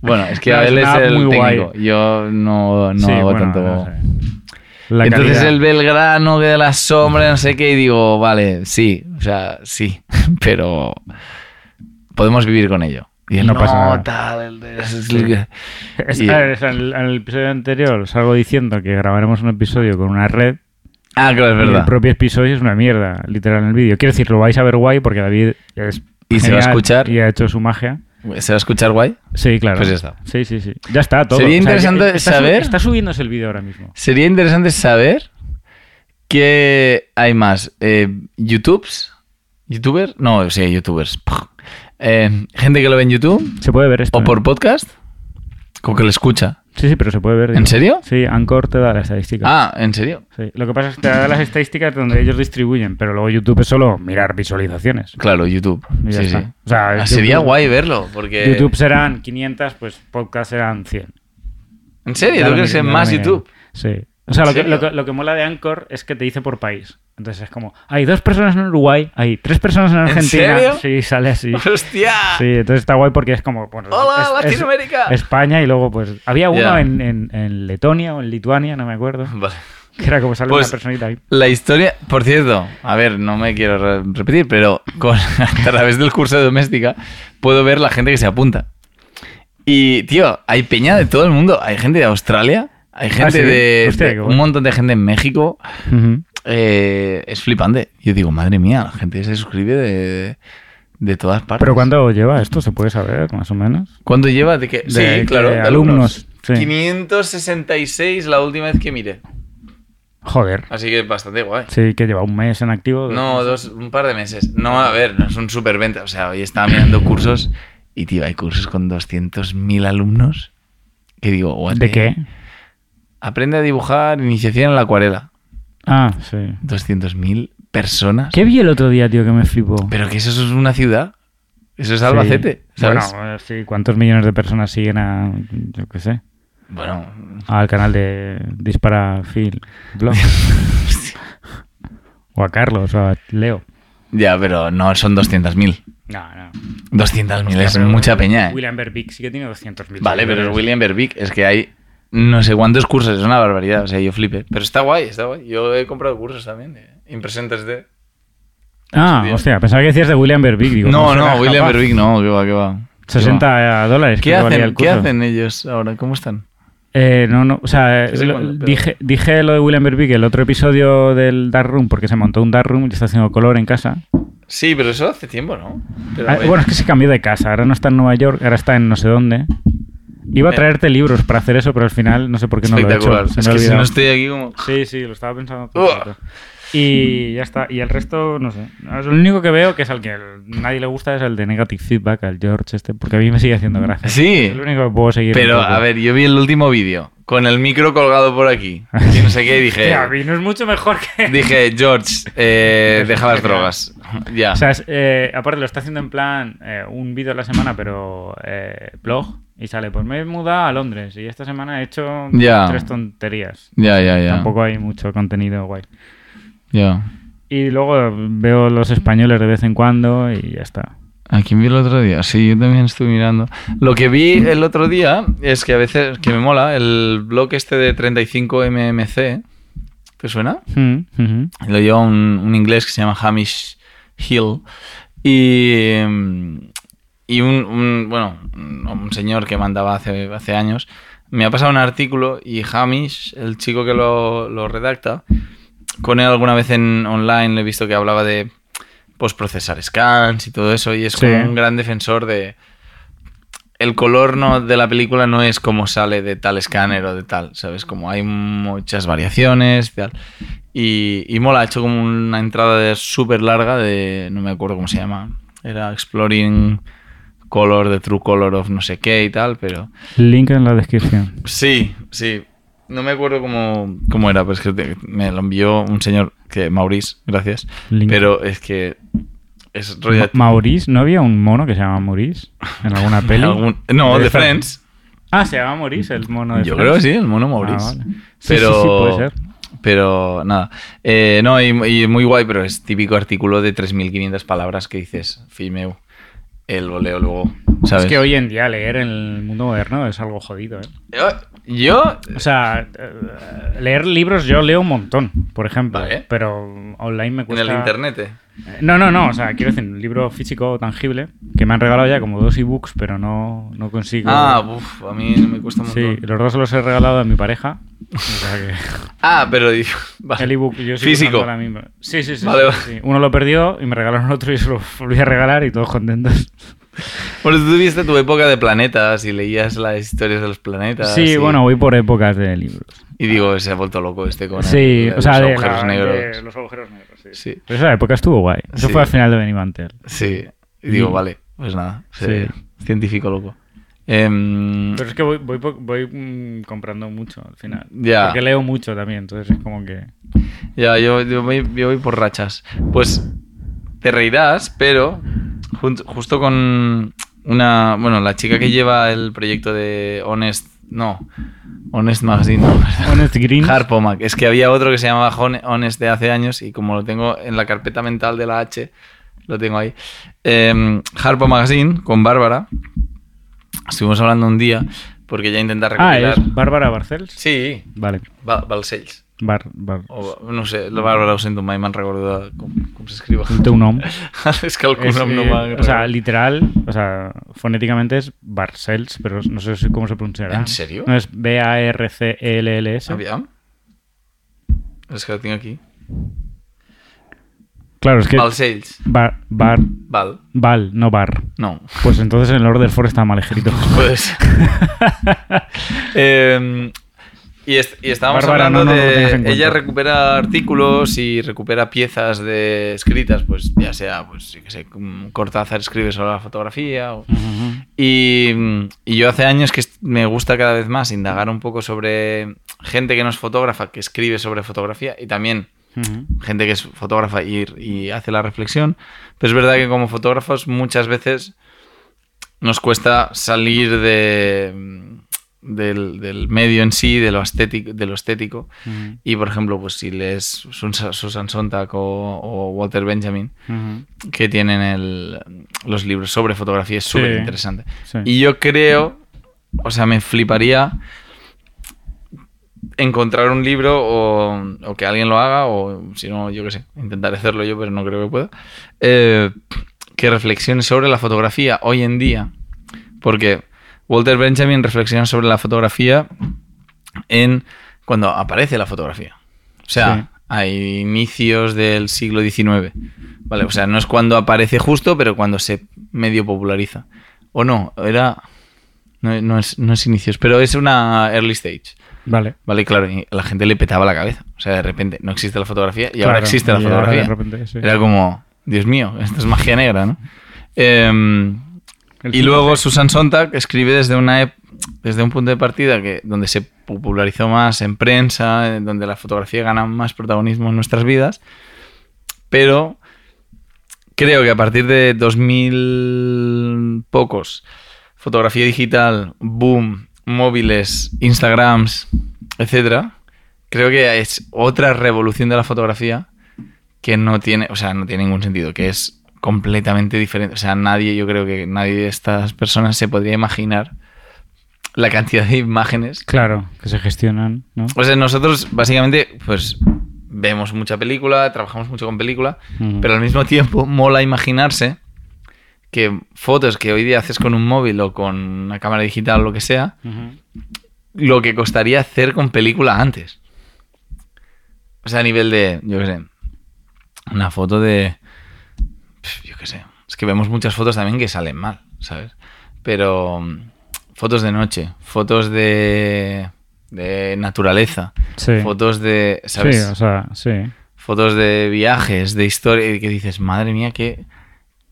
Speaker 2: Bueno, es que
Speaker 1: No, es
Speaker 2: él es
Speaker 1: una app
Speaker 2: el
Speaker 1: muy guay.
Speaker 2: técnico. Yo no, no
Speaker 1: Sí,
Speaker 2: hago
Speaker 1: bueno,
Speaker 2: tanto.
Speaker 1: no sé. La
Speaker 2: Entonces
Speaker 1: calidad.
Speaker 2: el Belgrano que de la sombra, no sé qué, y digo, vale, sí, o sea, sí, pero podemos vivir con ello. Y él,
Speaker 1: No pasa nada".
Speaker 2: tal, el de-
Speaker 1: Es-
Speaker 2: y-
Speaker 1: a ver, es en, el, en el episodio anterior salgo diciendo que grabaremos un episodio con una red.
Speaker 2: Ah, claro, es
Speaker 1: y el
Speaker 2: verdad.
Speaker 1: propio episodio es una mierda, literal, en el vídeo. Quiero decir, lo vais a ver guay porque David es.
Speaker 2: Y se va a
Speaker 1: genial
Speaker 2: escuchar.
Speaker 1: Y ha hecho su magia.
Speaker 2: ¿Se va a escuchar guay?
Speaker 1: Sí, claro.
Speaker 2: Pues ya está.
Speaker 1: Sí, sí, sí. Ya está todo.
Speaker 2: Sería
Speaker 1: que
Speaker 2: interesante
Speaker 1: está su-
Speaker 2: saber-
Speaker 1: Está subiéndose el vídeo ahora mismo.
Speaker 2: Sería interesante saber qué hay más. Eh, ¿YouTubes? ¿YouTuber? No, sí, YouTubers. Eh, ¿Gente que lo ve en YouTube?
Speaker 1: Se puede ver esto.
Speaker 2: ¿O
Speaker 1: ¿eh?
Speaker 2: por podcast? ¿Con que lo escucha?
Speaker 1: Sí, sí, pero se puede ver.
Speaker 2: ¿En
Speaker 1: digo.
Speaker 2: serio?
Speaker 1: Sí, Anchor te da la estadística.
Speaker 2: Ah, ¿en serio?
Speaker 1: Sí. Lo que pasa es que te da las estadísticas donde ellos distribuyen, pero luego YouTube es solo mirar visualizaciones.
Speaker 2: Claro, YouTube.
Speaker 1: Y ya
Speaker 2: Sí, sí.
Speaker 1: está. O sea,
Speaker 2: Ah,
Speaker 1: YouTube-
Speaker 2: Sería guay verlo, porque...
Speaker 1: YouTube serán 500, pues podcast serán 100.
Speaker 2: ¿En serio?
Speaker 1: Ya
Speaker 2: ¿Tú
Speaker 1: lo
Speaker 2: crees
Speaker 1: miré,
Speaker 2: en
Speaker 1: ya lo
Speaker 2: más
Speaker 1: miré.
Speaker 2: YouTube?
Speaker 1: Sí. O sea,
Speaker 2: ¿En
Speaker 1: lo que, lo,
Speaker 2: serio?
Speaker 1: que- lo que mola de Anchor es que te dice por país. Entonces es como, hay dos personas en Uruguay, hay tres personas en
Speaker 2: ¿En
Speaker 1: Argentina.
Speaker 2: serio?
Speaker 1: Sí, sale así.
Speaker 2: ¡Hostia!
Speaker 1: Sí, entonces está guay porque es como, bueno,
Speaker 2: ¡Hola,
Speaker 1: es- es-
Speaker 2: Latinoamérica!
Speaker 1: España y luego pues había uno
Speaker 2: Ya.
Speaker 1: en, en- en Letonia o en Lituania, no me acuerdo,
Speaker 2: Vale.
Speaker 1: que era como sale
Speaker 2: Pues-
Speaker 1: una personita ahí.
Speaker 2: La historia, por cierto, a ver, no me quiero re- repetir, pero con, a través del curso de doméstica puedo ver la gente que se apunta. Y, tío, hay peña de todo el mundo. Hay gente de Australia, hay gente
Speaker 1: Ah, sí?
Speaker 2: de,
Speaker 1: Hostia,
Speaker 2: de-
Speaker 1: qué
Speaker 2: un
Speaker 1: guay.
Speaker 2: montón de gente en México. Eh, es flipante. Yo digo, madre mía, la gente se suscribe de, de todas partes.
Speaker 1: Pero ¿cuánto lleva esto? ¿Se puede saber más o menos?
Speaker 2: ¿Cuánto lleva? De que,
Speaker 1: De-
Speaker 2: sí,
Speaker 1: de
Speaker 2: claro, de
Speaker 1: alumnos, sí.
Speaker 2: 566 la última vez que miré.
Speaker 1: Joder.
Speaker 2: Así que bastante guay.
Speaker 1: Sí, que lleva un mes en activo.
Speaker 2: No, dos, un par de meses. No, a ver, no es un superventa. O sea, hoy estaba mirando cursos y, tío, hay cursos con 200.000 alumnos que digo, what
Speaker 1: ¿De
Speaker 2: the-
Speaker 1: qué?
Speaker 2: Aprende a dibujar, iniciación en la acuarela.
Speaker 1: Ah, sí.
Speaker 2: 200.000 personas.
Speaker 1: ¿Qué vi el otro día, tío, que me flipó?
Speaker 2: Pero que eso es una ciudad. Eso es
Speaker 1: Sí.
Speaker 2: Albacete, ¿sabes?
Speaker 1: Bueno, eh, sí, ¿cuántos millones de personas siguen a, yo qué sé,
Speaker 2: Bueno,
Speaker 1: al canal de Dispara Phil Blog? o a Carlos, o a Leo.
Speaker 2: ya, pero no son 200.000.
Speaker 1: No, no.
Speaker 2: 200.000 es
Speaker 1: Pero
Speaker 2: mucha peña, ¿eh?
Speaker 1: William Berbick sí que tiene 200.000.
Speaker 2: Vale, pero
Speaker 1: seguidores.
Speaker 2: es William Berbick. Es que hay no sé cuántos cursos. Es una barbaridad. O sea, yo flipé. Pero está guay, está guay. Yo he comprado cursos también. eh, Impresión 3D.
Speaker 1: Ah,
Speaker 2: Bien.
Speaker 1: hostia, pensaba que decías de William Berbick. Digo,
Speaker 2: no,
Speaker 1: será
Speaker 2: no,
Speaker 1: capaz?
Speaker 2: William Berbick no. Que va, que va. Qué
Speaker 1: 60 dólares. creo
Speaker 2: va. ¿Qué
Speaker 1: que valía
Speaker 2: hacen,
Speaker 1: el
Speaker 2: ¿Qué
Speaker 1: curso.
Speaker 2: hacen ellos ahora? ¿Cómo están?
Speaker 1: Eh, no, no, o sea, eh,
Speaker 2: Sí sé
Speaker 1: lo-
Speaker 2: cuándo, pero-
Speaker 1: dije, dije lo de William Berbick, el otro episodio del Dark Room, porque se montó un Dark Room y está haciendo color en casa.
Speaker 2: Sí, pero eso hace tiempo, ¿no? Pero,
Speaker 1: Ah,
Speaker 2: oye,
Speaker 1: bueno, es que se cambió de casa. Ahora no está en Nueva York, ahora está en no sé dónde. Iba a
Speaker 2: Eh.
Speaker 1: traerte libros para hacer eso, pero al final no sé por qué no lo he hecho.
Speaker 2: espectacular.
Speaker 1: se
Speaker 2: es
Speaker 1: me ha
Speaker 2: que si no
Speaker 1: olvidado.
Speaker 2: estoy aquí como...
Speaker 1: Sí, sí, lo estaba pensando. todo
Speaker 2: Uah.
Speaker 1: el rato. Y ya está. Y el resto, no sé. Es lo único que veo que es al que el- nadie le gusta es el de Negative Feedback, al George este, porque a mí me sigue haciendo gracia.
Speaker 2: Sí,
Speaker 1: Es lo único que puedo seguir.
Speaker 2: pero
Speaker 1: un poco.
Speaker 2: a ver, yo vi el último vídeo con el micro colgado por aquí. Y no sé qué, y dije...
Speaker 1: Hostia, Vino es mucho mejor que.
Speaker 2: Dije, George, eh, deja las drogas. ya.
Speaker 1: O sea, es, eh, aparte lo está haciendo en plan eh, un vídeo a la semana, pero eh, blog. Y sale, pues me he mudado a Londres y esta semana he hecho
Speaker 2: Ya.
Speaker 1: tres tonterías.
Speaker 2: ya, ya, ya.
Speaker 1: Tampoco hay mucho contenido guay.
Speaker 2: Ya.
Speaker 1: Y luego veo los españoles de vez en cuando y ya está.
Speaker 2: ¿A quién vi el otro día? Sí, yo también estuve mirando. Lo que vi el otro día es que a veces, que me mola, el blog este de 35mmc, ¿te suena?
Speaker 1: Mm, mhm.
Speaker 2: Lo lleva un, un inglés que se llama Hamish Hill. Y, mm, y un, un- bueno, un un señor que mandaba hace, hace años me ha pasado un artículo y Hamish, el chico que lo, lo redacta, con él alguna vez en online le he visto que hablaba de pues, procesar scans y todo eso y es
Speaker 1: Sí.
Speaker 2: como un gran defensor de... El color no, de la película no es como sale de tal escáner o de tal, ¿sabes? Como hay muchas variaciones y tal. Y, y mola, ha hecho como una entrada de- súper larga de. No me acuerdo cómo se llama. Era Exploring Color, The True Color of no sé qué y tal, pero.
Speaker 1: Link en la descripción.
Speaker 2: Sí, sí. No me acuerdo cómo, cómo era, pero es que te- me lo envió un señor que. Maurice, gracias.
Speaker 1: Link.
Speaker 2: Pero es que. Es rollo.
Speaker 1: Ma- Maurice, ¿no había un mono que se llamaba Maurice en alguna peli?
Speaker 2: algún- no,
Speaker 1: De
Speaker 2: de
Speaker 1: Fran-
Speaker 2: Friends.
Speaker 1: Ah, se llama Maurice, el mono de
Speaker 2: Yo
Speaker 1: Friends.
Speaker 2: creo que sí, el mono Maurice.
Speaker 1: Ah, vale. Sí,
Speaker 2: Pero,
Speaker 1: sí, sí, puede ser.
Speaker 2: Pero nada. Eh, no, y, y muy guay, pero es típico artículo de 3.500 palabras que dices, fimeu, el voleo luego. ¿sabes?
Speaker 1: Es que hoy en día leer en el mundo moderno es algo jodido, ¿eh?
Speaker 2: Yo. yo-
Speaker 1: O sea, eh, leer libros yo leo un montón, por ejemplo.
Speaker 2: Vale.
Speaker 1: Pero online me
Speaker 2: en
Speaker 1: cuesta...
Speaker 2: el internet. eh.
Speaker 1: Eh, No, no, no. O sea, quiero decir, un libro físico o tangible que me han regalado ya como dos ebooks, pero no, no consigo...
Speaker 2: Ah, uff, a mí me cuesta un
Speaker 1: Sí,
Speaker 2: montón.
Speaker 1: los dos los he regalado a mi pareja. O sea que
Speaker 2: Ah, pero. di- vale.
Speaker 1: el ebook yo sigo
Speaker 2: Físico.
Speaker 1: usando ahora mismo. Sí, sí, sí,
Speaker 2: Vale,
Speaker 1: sí,
Speaker 2: vale.
Speaker 1: sí. Uno lo perdió y me regalaron otro y se lo volví a regalar y todos contentos.
Speaker 2: Bueno, tú tuviste tu época de planetas y leías las historias de los planetas.
Speaker 1: Sí,
Speaker 2: y-
Speaker 1: bueno, voy por épocas de libros.
Speaker 2: Y digo, se ha vuelto loco este con
Speaker 1: sí,
Speaker 2: el-
Speaker 1: o sea,
Speaker 2: los
Speaker 1: de,
Speaker 2: agujeros
Speaker 1: la-
Speaker 2: negros.
Speaker 1: de los agujeros negros. Sí.
Speaker 2: Sí.
Speaker 1: Pero esa época estuvo guay. Eso
Speaker 2: Sí.
Speaker 1: fue al final de Benimantel.
Speaker 2: Sí, y digo,
Speaker 1: Y-
Speaker 2: vale, pues nada, se-
Speaker 1: Sí.
Speaker 2: científico loco. Em,
Speaker 1: Mm. Pero es que voy, voy, po- voy, mm, comprando mucho al final.
Speaker 2: Ya.
Speaker 1: Porque leo mucho también, entonces es como que...
Speaker 2: ya, yo, yo voy, yo voy por rachas. Pues te reirás, pero jun- justo con una. Bueno, la chica que lleva el proyecto de Honest. No, Honest Magazine, no, perdón.
Speaker 1: Honest Green.
Speaker 2: Harpo Mac. Es que había otro que se llamaba Hon- Honest de hace años y como lo tengo en la carpeta mental de la H, lo tengo ahí. Em, Harpo Magazine con Bárbara. Estuvimos hablando un día porque ya intenta
Speaker 1: Ah,
Speaker 2: recopilar.
Speaker 1: es Bárbara Barcells.
Speaker 2: Sí,
Speaker 1: Vale.
Speaker 2: Ba- Balcells.
Speaker 1: Bar, bar.
Speaker 2: O, no sé, la Bárbara ho sento, mai me'n recordo de com, com s'escriu.
Speaker 1: El teu nom.
Speaker 2: és que el
Speaker 1: Es,
Speaker 2: cognom no
Speaker 1: eh,
Speaker 2: m'ha...
Speaker 1: o sea, literal, o sea, fonéticamente es Barcells, pero no sé si- cómo se pronunciará.
Speaker 2: ¿En serio?
Speaker 1: No es E B-A-R-C-L-L-S.
Speaker 2: Aviam. És que ho tinc aquí.
Speaker 1: Claro, es que.
Speaker 2: Balcells.
Speaker 1: Bar, bar,
Speaker 2: Val.
Speaker 1: Val, no Bar.
Speaker 2: No.
Speaker 1: Pues entonces el Lord del Foro está mal escrito.
Speaker 2: Pues. Eh, y, est- y estábamos
Speaker 1: Bárbara,
Speaker 2: hablando
Speaker 1: no, no, no lo tengas
Speaker 2: de.
Speaker 1: en cuenta.
Speaker 2: ella recupera artículos y recupera piezas de escritas, pues ya sea, pues yo qué sé, como Cortázar escribe sobre la fotografía. o- y, y yo hace años que est- me gusta cada vez más indagar un poco sobre gente que no es fotógrafa, que escribe sobre fotografía y también gente que es fotógrafa y, y hace la reflexión. Pero es verdad que como fotógrafos muchas veces nos cuesta salir de, del, del medio en sí, de lo estético. De lo estético. Y por ejemplo, pues si lees Susan Susan Sontag o, o Walter Benjamin, que tienen el- los libros sobre fotografía, es
Speaker 1: Sí.
Speaker 2: súper interesante.
Speaker 1: Sí.
Speaker 2: Y yo creo, o sea, me fliparía encontrar un libro o, o que alguien lo haga, o si no, yo qué sé, intentaré hacerlo yo, pero no creo que pueda, eh, que reflexione sobre la fotografía hoy en día. Porque Walter Benjamin reflexiona sobre la fotografía en cuando aparece la fotografía. O sea, a inicios del siglo XIX. Vale, o sea, no es cuando aparece justo, pero cuando se medio populariza. O no, era. No, no es, no es inicios, pero es una early stage.
Speaker 1: Vale.
Speaker 2: Vale, claro, y a la gente le petaba la cabeza. O sea, de repente no existe la fotografía y ahora
Speaker 1: Claro,
Speaker 2: existe la
Speaker 1: y ahora
Speaker 2: fotografía.
Speaker 1: de repente, sí.
Speaker 2: Era como, Dios mío, esto es magia negra, ¿no? Em,
Speaker 1: El
Speaker 2: y
Speaker 1: tipo
Speaker 2: luego
Speaker 1: de-
Speaker 2: Susan Sontag escribe desde, una ep- desde un punto de partida que, donde se popularizó más en prensa, eh, donde la fotografía gana más protagonismo en nuestras vidas, pero creo que a partir de 2000 pocos, fotografía digital, boom, móviles, Instagrams, etcétera, creo que es otra revolución de la fotografía que no tiene, o sea, no tiene ningún sentido, que es completamente diferente. O sea, nadie, yo creo que nadie de estas personas se podría imaginar la cantidad de imágenes.
Speaker 1: Claro, que se gestionan, ¿no?
Speaker 2: O sea, nosotros básicamente, pues vemos mucha película, trabajamos mucho con película,
Speaker 1: Ujú.
Speaker 2: pero al mismo tiempo mola imaginarse que fotos que hoy día haces con un móvil o con una cámara digital o lo que sea,
Speaker 1: Ujú.
Speaker 2: lo que costaría hacer con película antes. O sea, a nivel de, yo qué sé, una foto de... pf, Yo qué sé. Es que vemos muchas fotos también que salen mal, ¿sabes? Pero mm, fotos de noche, fotos de, de naturaleza,
Speaker 1: Sí.
Speaker 2: fotos de...
Speaker 1: Sí,
Speaker 2: ¿Sabes?
Speaker 1: o sea, sí.
Speaker 2: Fotos de viajes, de historia, y que dices, madre mía, qué...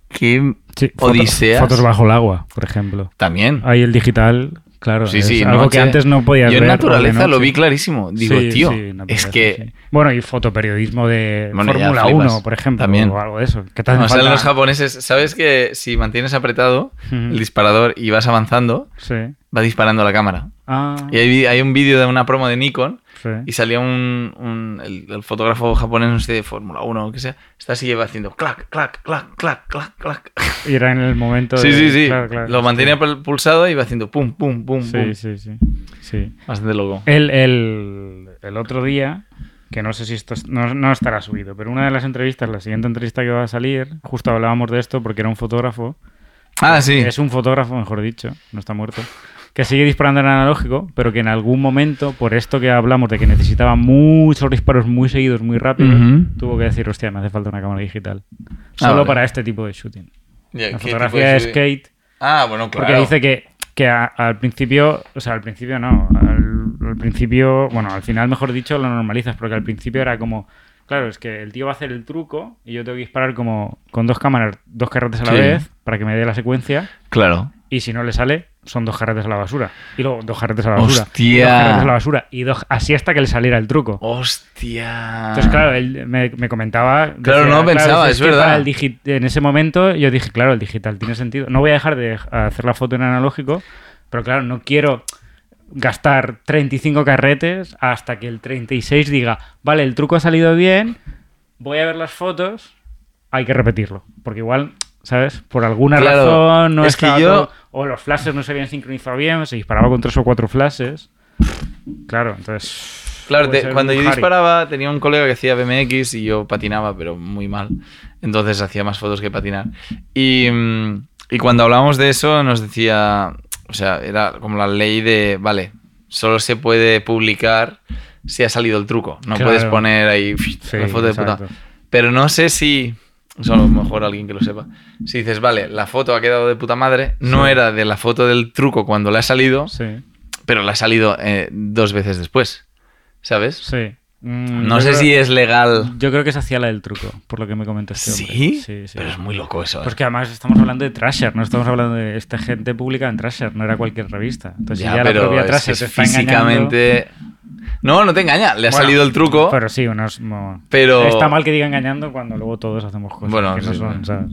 Speaker 2: qué...
Speaker 1: Sí, foto-
Speaker 2: Odiseas.
Speaker 1: Fotos bajo el agua, por ejemplo.
Speaker 2: También.
Speaker 1: Ahí el digital, claro.
Speaker 2: Sí,
Speaker 1: es
Speaker 2: sí,
Speaker 1: algo que
Speaker 2: noche.
Speaker 1: antes no podías
Speaker 2: Yo
Speaker 1: ver.
Speaker 2: en
Speaker 1: o de
Speaker 2: naturaleza lo
Speaker 1: noche.
Speaker 2: vi clarísimo. Digo,
Speaker 1: Sí,
Speaker 2: tío,
Speaker 1: sí, naturaleza,
Speaker 2: es que...
Speaker 1: sí. Bueno, y fotoperiodismo de
Speaker 2: Bueno, ya
Speaker 1: Fórmula
Speaker 2: flipas.
Speaker 1: 1, por ejemplo.
Speaker 2: También.
Speaker 1: O algo de eso. ¿Qué tal?
Speaker 2: O sea, los japoneses, ¿sabes que si mantienes apretado
Speaker 1: Mm.
Speaker 2: el disparador y vas avanzando,
Speaker 1: Sí.
Speaker 2: va disparando la cámara?
Speaker 1: Ah,
Speaker 2: Y hay, vi- hay un vídeo de una promo de Nikon
Speaker 1: sí.
Speaker 2: y salía un, un- el, el fotógrafo japonés, no sé, de Fórmula 1 o que sea, está así va haciendo clac, clac, clac, clac, clac, clac.
Speaker 1: Y era en el momento
Speaker 2: Sí,
Speaker 1: de-
Speaker 2: sí, sí.
Speaker 1: claro, claro.
Speaker 2: Lo mantenía pul- pulsado y iba haciendo pum, pum, pum, pum.
Speaker 1: Sí, Eh, sí, sí. sí.
Speaker 2: Bastante loco.
Speaker 1: El, el, el otro día, que no sé si esto es- no, no estará subido, pero una de las entrevistas, la siguiente entrevista que va a salir, justo hablábamos de esto porque era un fotógrafo.
Speaker 2: Ah, sí.
Speaker 1: Es un fotógrafo, mejor dicho, no está muerto. Que sigue disparando en analógico, pero que en algún momento, por esto que hablamos de que necesitaba muchos disparos muy seguidos, muy rápidos,
Speaker 2: Ujú.
Speaker 1: tuvo que decir, hostia, me hace falta una cámara digital.
Speaker 2: Ah,
Speaker 1: Solo
Speaker 2: vale.
Speaker 1: para este tipo de shooting.
Speaker 2: Ya,
Speaker 1: La
Speaker 2: Eh, ¿qué tipo
Speaker 1: fotografía
Speaker 2: de
Speaker 1: de
Speaker 2: serie?
Speaker 1: skate
Speaker 2: Ah, bueno, claro.
Speaker 1: porque dice que, que a- al principio, o sea, al principio no, al, al principio, bueno, al final, mejor dicho, lo normalizas, porque al principio era como, claro, es que el tío va a hacer el truco y yo tengo que disparar como con dos cámaras, dos carretes a la
Speaker 2: Sí.
Speaker 1: vez, para que me dé la secuencia,
Speaker 2: Claro.
Speaker 1: y si no le sale, son dos carretes a la basura, y luego dos carretes a la basura, y
Speaker 2: Hostia.
Speaker 1: dos carretes a la basura, y dos, así hasta que le saliera el truco.
Speaker 2: Hostia.
Speaker 1: Entonces, claro, él me, me comentaba.
Speaker 2: Claro, no pensaba,
Speaker 1: dices
Speaker 2: es
Speaker 1: que
Speaker 2: verdad.
Speaker 1: para el digi- en ese momento yo dije, claro, el digital tiene sentido. No voy a dejar de hacer la foto en analógico, pero claro, no quiero gastar 35 carretes hasta que el 36 diga, vale, el truco ha salido bien, voy a ver las fotos, hay que repetirlo. Porque igual, ¿sabes? Por alguna
Speaker 2: Claro,
Speaker 1: razón no
Speaker 2: es que
Speaker 1: estaba
Speaker 2: yo-
Speaker 1: todo- O los flashes no se habían sincronizado bien, se disparaba con tres o cuatro flashes. Claro, entonces.
Speaker 2: Claro,
Speaker 1: puede
Speaker 2: te-
Speaker 1: ser
Speaker 2: cuando
Speaker 1: un
Speaker 2: yo
Speaker 1: Harry.
Speaker 2: disparaba tenía un colega que hacía BMX y yo patinaba, pero muy mal. Entonces hacía más fotos que patinar. Y, mm, y cuando hablábamos de eso nos decía, o sea, era como la ley de, vale, solo se puede publicar si ha salido el truco. No
Speaker 1: Claro.
Speaker 2: puedes poner ahí
Speaker 1: Sí,
Speaker 2: la foto de puta.
Speaker 1: exacto.
Speaker 2: Pero no sé si, eso a lo mejor alguien que lo sepa, si dices, vale, la foto ha quedado de puta madre, no
Speaker 1: Sí.
Speaker 2: era de la foto del truco cuando la ha salido,
Speaker 1: Sí.
Speaker 2: pero la ha salido eh, dos veces después. ¿Sabes?
Speaker 1: Sí. Mm,
Speaker 2: No sé si es legal.
Speaker 1: Yo creo que se hacía la del truco, por lo que me comenta este hombre.
Speaker 2: ¿Sí?
Speaker 1: Sí, sí.
Speaker 2: Pero es muy loco eso. ¿eh?
Speaker 1: Porque además estamos hablando de Trasher, no estamos hablando de esta gente pública en Trasher, no era cualquier revista. Entonces pues ya,
Speaker 2: ya,
Speaker 1: la
Speaker 2: pero
Speaker 1: propia
Speaker 2: es
Speaker 1: Trasher
Speaker 2: que
Speaker 1: te
Speaker 2: es
Speaker 1: está engañando.
Speaker 2: físicamente. No, no te engaña. Le ha
Speaker 1: Bueno,
Speaker 2: salido el truco.
Speaker 1: Pero sí, unos, mo-
Speaker 2: Pero-
Speaker 1: está mal que diga engañando cuando luego todos hacemos cosas
Speaker 2: Bueno,
Speaker 1: que no
Speaker 2: sí,
Speaker 1: son,
Speaker 2: sí.
Speaker 1: ¿sabes?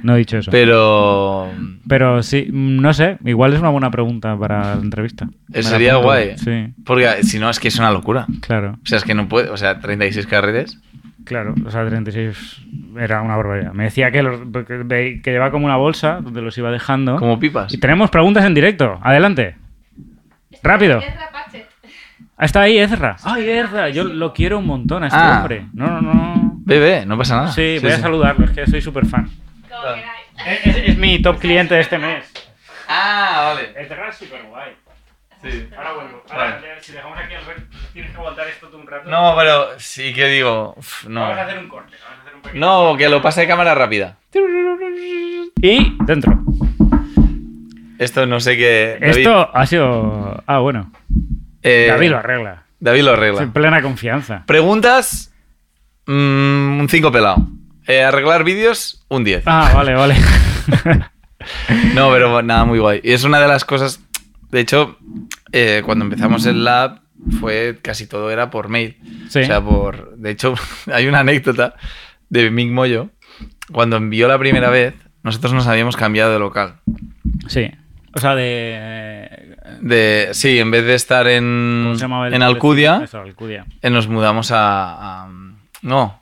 Speaker 1: No he dicho eso.
Speaker 2: Pero.
Speaker 1: Pero sí, mm, no sé, igual es una buena pregunta para la entrevista. Me la
Speaker 2: sería
Speaker 1: apunto.
Speaker 2: guay.
Speaker 1: Sí,
Speaker 2: Porque si no, es que es una locura.
Speaker 1: claro.
Speaker 2: O sea, es que no puede. O sea, 36 carretes.
Speaker 1: Claro, o sea, 36 era una barbaridad. Me decía que, los- que, ve- que llevaba como una bolsa donde los iba dejando.
Speaker 2: Como pipas.
Speaker 1: Y tenemos preguntas en directo. Adelante. Rápido.
Speaker 3: Es rapache.
Speaker 1: Ah, Está ahí Ezra. Ay, Ezra, yo lo quiero un montón a este
Speaker 2: Ah.
Speaker 1: hombre. No, no, no.
Speaker 2: Bebé, no pasa nada.
Speaker 1: Sí, voy a saludarlo, es que soy súper fan.
Speaker 3: Como queráis.
Speaker 2: Eh,
Speaker 1: Es, es- es mi top cliente de este mes.
Speaker 2: Ah, vale.
Speaker 1: Ezra es súper guay.
Speaker 2: Sí.
Speaker 1: Ahora vuelvo.
Speaker 2: Ahora,
Speaker 1: si dejamos aquí el rey, tienes que aguantar esto tú un rato.
Speaker 2: No, pero sí que digo. uf, no.
Speaker 1: hacer un corte. Vamos a hacer un
Speaker 2: No, que lo pase de cámara rápida.
Speaker 1: Y dentro.
Speaker 2: Esto no sé qué. David,
Speaker 1: Esto ha sido. Ah, bueno.
Speaker 2: eh,
Speaker 1: David lo arregla.
Speaker 2: David lo arregla.
Speaker 1: En plena confianza.
Speaker 2: Preguntas, mm, un 5 pelado. Eh, arreglar vídeos, un 10.
Speaker 1: Ah, vale, vale.
Speaker 2: No, pero nada, muy guay. Y es una de las cosas, de hecho, eh, cuando empezamos el lab fue casi todo era por mail.
Speaker 1: Sí.
Speaker 2: O sea, por... De hecho, hay una anécdota de Mick Moyo. Cuando envió la primera vez, nosotros nos habíamos cambiado de local.
Speaker 1: Sí. O sea, de.
Speaker 2: De, sí, en vez de estar en,
Speaker 1: ¿Cómo se llamaba el
Speaker 2: mm, en
Speaker 1: pueblecito?
Speaker 2: Alcudia,
Speaker 1: Eso, Alcudia.
Speaker 2: eh, nos mudamos a, a- No.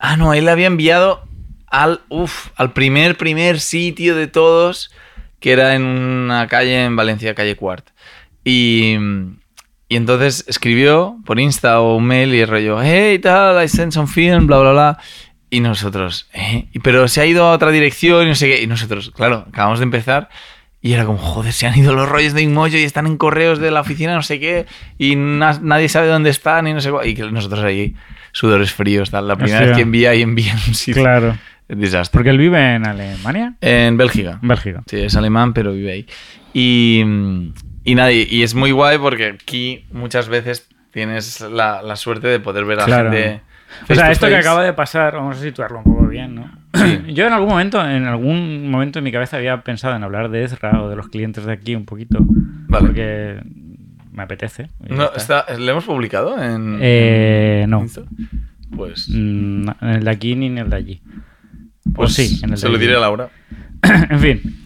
Speaker 2: Ah, no, él la había enviado al, uf, al primer, primer sitio de todos, que era en una calle en Valencia, calle Cuart. Y, y entonces escribió por Insta o un mail y el rollo, hey, tal, I sent some film, bla, bla, bla. Y nosotros, "Eh, y- pero se ha ido a otra dirección y no sé qué. Y nosotros, claro, acabamos de empezar y era como, joder, se han ido los rollos de Inmoyo y están en correos de la oficina, no sé qué, y na- nadie sabe dónde están y no sé cuál. Y que nosotros ahí, sudores fríos, tal. La primera
Speaker 1: Hostia.
Speaker 2: vez que envía y envía en un sitio.
Speaker 1: Claro.
Speaker 2: Desastre.
Speaker 1: Porque él vive en Alemania.
Speaker 2: En Bélgica.
Speaker 1: En Bélgica.
Speaker 2: Sí, es alemán, pero vive ahí. Y, mm, y nada, y- y es muy guay porque aquí muchas veces tienes la, la suerte de poder ver a
Speaker 1: Claro.
Speaker 2: gente.
Speaker 1: O
Speaker 2: face
Speaker 1: sea,
Speaker 2: to
Speaker 1: esto que
Speaker 2: face.
Speaker 1: acaba de pasar, vamos a situarlo un poco bien, ¿no? Yo en algún momento, en algún momento en mi cabeza había pensado en hablar de Ezra o de los clientes de aquí un poquito.
Speaker 2: Vale.
Speaker 1: Porque me apetece. y ya
Speaker 2: No,
Speaker 1: está.
Speaker 2: está- ¿Le hemos publicado en.
Speaker 1: Eh, no.
Speaker 2: Insta? Pues.
Speaker 1: Mm, no, En el de aquí ni en el de allí. Pues
Speaker 2: pues
Speaker 1: sí, en el
Speaker 2: Se
Speaker 1: de
Speaker 2: lo
Speaker 1: allí.
Speaker 2: diré a Laura.
Speaker 1: en fin.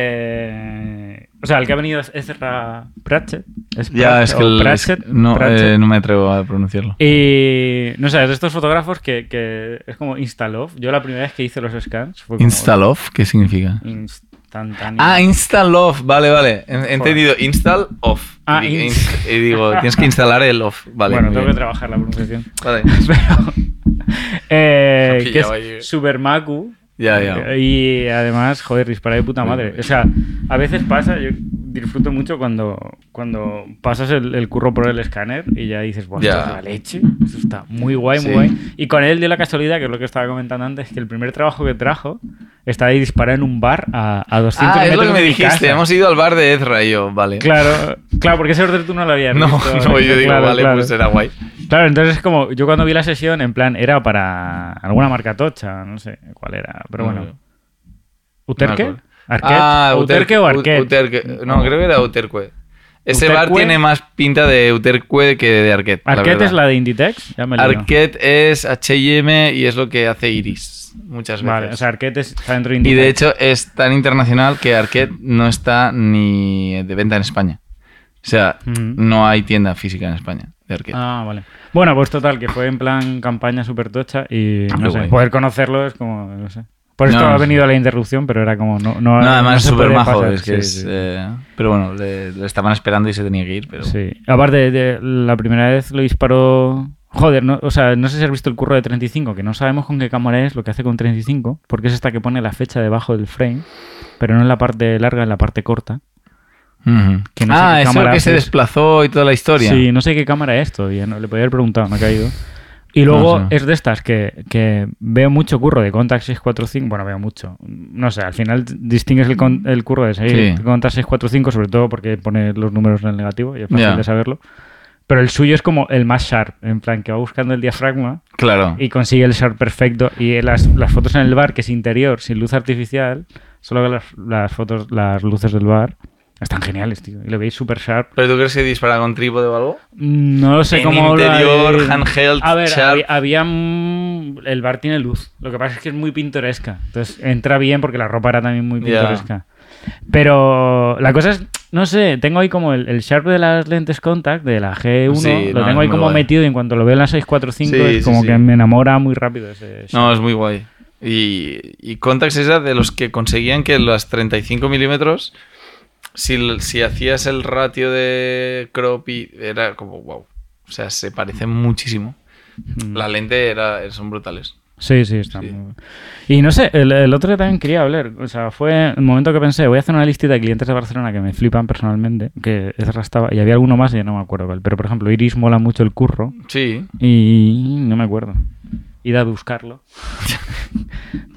Speaker 1: Eh, o sea, el que ha venido es Ezra Pratchett. ¿Es Pratchett o Pratchett? Pratchett.
Speaker 2: eh, me atrevo a pronunciarlo.
Speaker 1: Y no sé, de estos fotógrafos que, que es como Instalove. Yo la primera vez que hice los scans fue como
Speaker 2: ¿Instalove? ¿Qué significa?
Speaker 1: instantáneo.
Speaker 2: Ah, install off, vale, vale. En- Entendido, install off.
Speaker 1: Ah,
Speaker 2: y, digo,
Speaker 1: ins-
Speaker 2: inst- y digo, tienes que instalar el off, vale.
Speaker 1: bueno,
Speaker 2: muy
Speaker 1: tengo que
Speaker 2: bien.
Speaker 1: trabajar la pronunciación.
Speaker 2: Vale.
Speaker 1: Pero eh,
Speaker 2: Se ha
Speaker 1: que
Speaker 2: pillado ahí.
Speaker 1: es Supermaku.
Speaker 2: Ya, ya.
Speaker 1: Y además, joder, disparar de puta madre. O sea, a veces pasa, yo disfruto mucho cuando, cuando pasas el, el curro por el escáner y ya dices, bueno,
Speaker 2: Ya.
Speaker 1: esto es la leche. Eso está muy guay, muy
Speaker 2: Sí.
Speaker 1: guay. Y con él dio la casualidad, que es lo que estaba comentando antes, que el primer trabajo que trajo está de disparar en un bar a, a 200
Speaker 2: Ah, es
Speaker 1: metros
Speaker 2: lo que me
Speaker 1: de mi
Speaker 2: dijiste.
Speaker 1: casa.
Speaker 2: Hemos ido al bar de Ezra y yo, vale.
Speaker 1: Claro, claro, porque ese orden tú no lo habías
Speaker 2: No,
Speaker 1: visto.
Speaker 2: no, yo digo,
Speaker 1: Claro,
Speaker 2: vale,
Speaker 1: claro.
Speaker 2: pues era guay.
Speaker 1: Claro, entonces es como, yo cuando vi la sesión, en plan, era para alguna marca tocha, no sé cuál era, pero
Speaker 2: No,
Speaker 1: bueno.
Speaker 2: no.
Speaker 1: ¿Uterque?
Speaker 2: Mm. No me acuerdo.
Speaker 1: ¿Arquet?
Speaker 2: Ah,
Speaker 1: ¿Uterque
Speaker 2: Uter-
Speaker 1: o
Speaker 2: U-
Speaker 1: Arquet?
Speaker 2: Uterque. No, creo que era Uterque. Ese bar
Speaker 1: Uterque.
Speaker 2: tiene más pinta de Uterque que de Arquet.
Speaker 1: ¿Arquet
Speaker 2: la
Speaker 1: es la de Inditex? Ya me lío.
Speaker 2: Arquet es H&M y es lo que hace Iris muchas veces.
Speaker 1: Vale, o sea, Arquet es- está dentro de
Speaker 2: y
Speaker 1: Inditex.
Speaker 2: de hecho es tan internacional que Arquet no está ni de venta en España. O sea,
Speaker 1: Ujú.
Speaker 2: no hay tienda física en España de Arquet.
Speaker 1: Ah, vale. Bueno, pues total, que fue en plan campaña súper tocha y
Speaker 2: Ah,
Speaker 1: no
Speaker 2: qué
Speaker 1: sé,
Speaker 2: guay.
Speaker 1: poder conocerlo es como, no sé. Por esto
Speaker 2: No, no
Speaker 1: ha
Speaker 2: sé.
Speaker 1: venido la interrupción, pero era como, no, no,
Speaker 2: no, además
Speaker 1: no
Speaker 2: es
Speaker 1: se
Speaker 2: súper
Speaker 1: puede
Speaker 2: majo.
Speaker 1: pasar.
Speaker 2: es que
Speaker 1: Sí,
Speaker 2: es,
Speaker 1: sí.
Speaker 2: eh, pero bueno, le, le estaban esperando y se tenía que ir. Pero...
Speaker 1: Sí. Aparte, de, la primera vez lo disparó. Joder, no, o sea, no sé si has visto el curro de 35, que no sabemos con qué cámara es lo que hace con 35, porque es esta que pone la fecha debajo del frame, pero no en la parte larga, en la parte corta.
Speaker 2: Ujú.
Speaker 1: Que no sé
Speaker 2: ah,
Speaker 1: qué
Speaker 2: es lo
Speaker 1: cámara
Speaker 2: que se
Speaker 1: haces.
Speaker 2: desplazó y toda la historia.
Speaker 1: Sí, no sé qué cámara es todavía, no, le podía haber preguntado, me ha caído. Y luego
Speaker 2: No sé.
Speaker 1: es de estas que, que veo mucho curro de Contact 645, bueno, veo mucho, no sé, al final distingues el, con- el curro de seis-
Speaker 2: Sí.
Speaker 1: Contact 645, sobre todo porque pone los números en el negativo y es fácil
Speaker 2: Ya.
Speaker 1: de saberlo. Pero el suyo es como el más sharp, en plan que va buscando el diafragma
Speaker 2: Claro.
Speaker 1: y consigue el sharp perfecto. Y las, las fotos en el bar, que es interior, sin luz artificial, solo que las, las fotos, las luces del bar, están geniales, tío. Y lo veis súper sharp.
Speaker 2: ¿Pero tú crees que dispara con trípode o algo?
Speaker 1: No lo sé
Speaker 2: En
Speaker 1: cómo lo
Speaker 2: interior,
Speaker 1: haré.
Speaker 2: handheld,
Speaker 1: A ver,
Speaker 2: sharp.
Speaker 1: había, había, mm, El bar tiene luz. Lo que pasa es que es muy pintoresca. Entonces entra bien porque la ropa era también muy
Speaker 2: Ya.
Speaker 1: pintoresca. Pero la cosa es. No sé, tengo ahí como el, el sharp de las lentes contact, de la G1,
Speaker 2: Sí,
Speaker 1: lo tengo
Speaker 2: no, es
Speaker 1: ahí
Speaker 2: muy
Speaker 1: como
Speaker 2: guay.
Speaker 1: metido y en cuanto lo veo en la 645
Speaker 2: Sí,
Speaker 1: es
Speaker 2: sí,
Speaker 1: como
Speaker 2: sí.
Speaker 1: que me enamora muy rápido ese sharp.
Speaker 2: No, es muy guay. Y, y Contax era de los que conseguían que las 35 milímetros, si, l- si hacías el ratio de crop, y era como wow. O sea, se parecen muchísimo.
Speaker 1: Mm.
Speaker 2: La lente era, son brutales.
Speaker 1: Sí, sí, está
Speaker 2: Sí.
Speaker 1: muy bueno. Y no sé, el, el otro que también quería hablar, o sea, fue el momento que pensé, voy a hacer una listita de clientes de Barcelona que me flipan personalmente, que Ezra estaba, y había alguno más y ya no me acuerdo cuál, pero por ejemplo, Iris mola mucho el curro
Speaker 2: Sí.
Speaker 1: y no me acuerdo. Ir a buscarlo.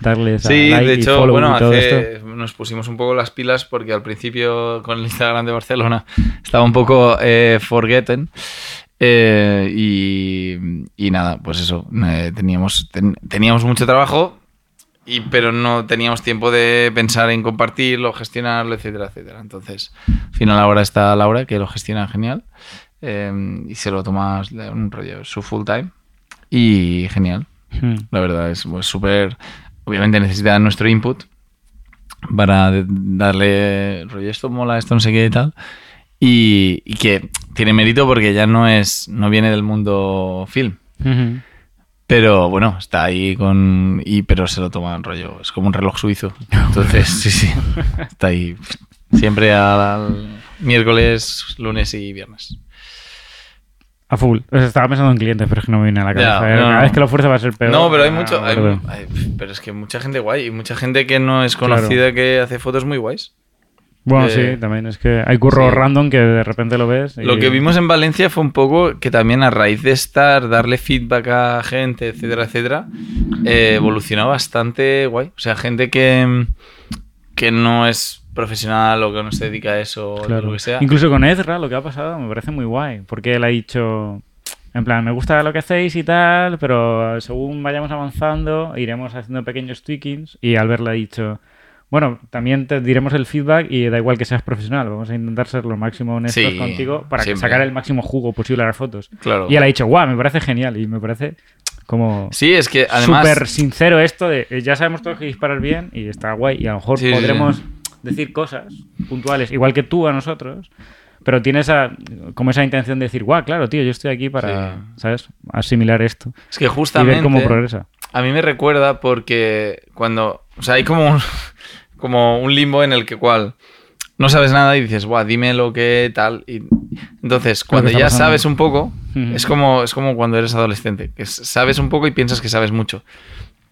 Speaker 1: Darles a
Speaker 2: Sí,
Speaker 1: like
Speaker 2: de
Speaker 1: y
Speaker 2: hecho,
Speaker 1: follow
Speaker 2: bueno,
Speaker 1: y todo
Speaker 2: hace-
Speaker 1: esto.
Speaker 2: nos pusimos un poco las pilas porque al principio con el Instagram de Barcelona estaba un poco eh, forgotten. Eh, y, y nada, pues eso, eh, teníamos, ten- teníamos mucho trabajo, y, pero no teníamos tiempo de pensar en compartirlo, gestionarlo, etcétera, etcétera. Entonces, al final ahora está Laura, que lo gestiona genial, eh, y se lo toma es un rollo, su full time, y genial.
Speaker 1: Hmm.
Speaker 2: La verdad es pues, súper. Obviamente necesita nuestro input para de- darle rollo esto mola, esto no sé qué y tal. Y, y que tiene mérito porque ya no es no viene del mundo film,
Speaker 1: Ujú.
Speaker 2: Pero bueno, está ahí con. Y, pero se lo toma en rollo. Es como un reloj suizo. Entonces, sí, sí. Está ahí. Siempre al miércoles, lunes y viernes.
Speaker 1: A full. O sea, estaba pensando en clientes, pero es que no me viene a la
Speaker 2: Ya,
Speaker 1: cabeza. ¿eh?
Speaker 2: no,
Speaker 1: Cada
Speaker 2: no.
Speaker 1: vez que lo fuerza va a ser peor.
Speaker 2: No, pero hay
Speaker 1: Ah,
Speaker 2: mucho. hay-
Speaker 1: gordo.
Speaker 2: hay- pero es que mucha gente guay. Y mucha gente que no es
Speaker 1: Claro.
Speaker 2: conocida que hace fotos muy guays.
Speaker 1: Bueno,
Speaker 2: Eh,
Speaker 1: sí, también es que hay curro
Speaker 2: sí.
Speaker 1: random que de repente lo ves. y-
Speaker 2: Lo que vimos en Valencia fue un poco que también a raíz de estar, darle feedback a gente, etcétera, etcétera, eh, evolucionó bastante guay. O sea, gente que, que no es profesional o que no se dedica a eso o
Speaker 1: Claro.
Speaker 2: lo que sea.
Speaker 1: Incluso con Ezra, lo que ha pasado me parece muy guay. Porque él ha dicho, en plan, me gusta lo que hacéis y tal, pero según vayamos avanzando, iremos haciendo pequeños tweakings. Y Albert le ha dicho, bueno, también te diremos el feedback y da igual que seas profesional, vamos a intentar ser lo máximo honestos
Speaker 2: Sí,
Speaker 1: contigo para que
Speaker 2: siempre.
Speaker 1: sacar el máximo jugo posible a las fotos.
Speaker 2: Claro.
Speaker 1: Y él ha dicho, guau, me parece genial y me parece como...
Speaker 2: Sí, es que además.
Speaker 1: súper sincero esto de eh, ya sabemos todos que disparar bien y está guay y a lo mejor
Speaker 2: Sí, sí,
Speaker 1: podremos decir cosas puntuales igual que tú a nosotros pero tiene esa como esa intención de decir guau claro tío yo estoy aquí para
Speaker 2: Sí.
Speaker 1: sabes asimilar esto
Speaker 2: Es que
Speaker 1: y
Speaker 2: justamente.
Speaker 1: ver cómo progresa
Speaker 2: A mí me recuerda porque cuando. O sea, hay como un, como un limbo en el que cual no sabes nada y dices, guau, dime lo que tal. Y, entonces, cuando
Speaker 1: está
Speaker 2: ya
Speaker 1: pasando.
Speaker 2: sabes un poco,
Speaker 1: Ujú.
Speaker 2: es como, es como cuando eres adolescente, que s- sabes un poco y piensas que sabes mucho.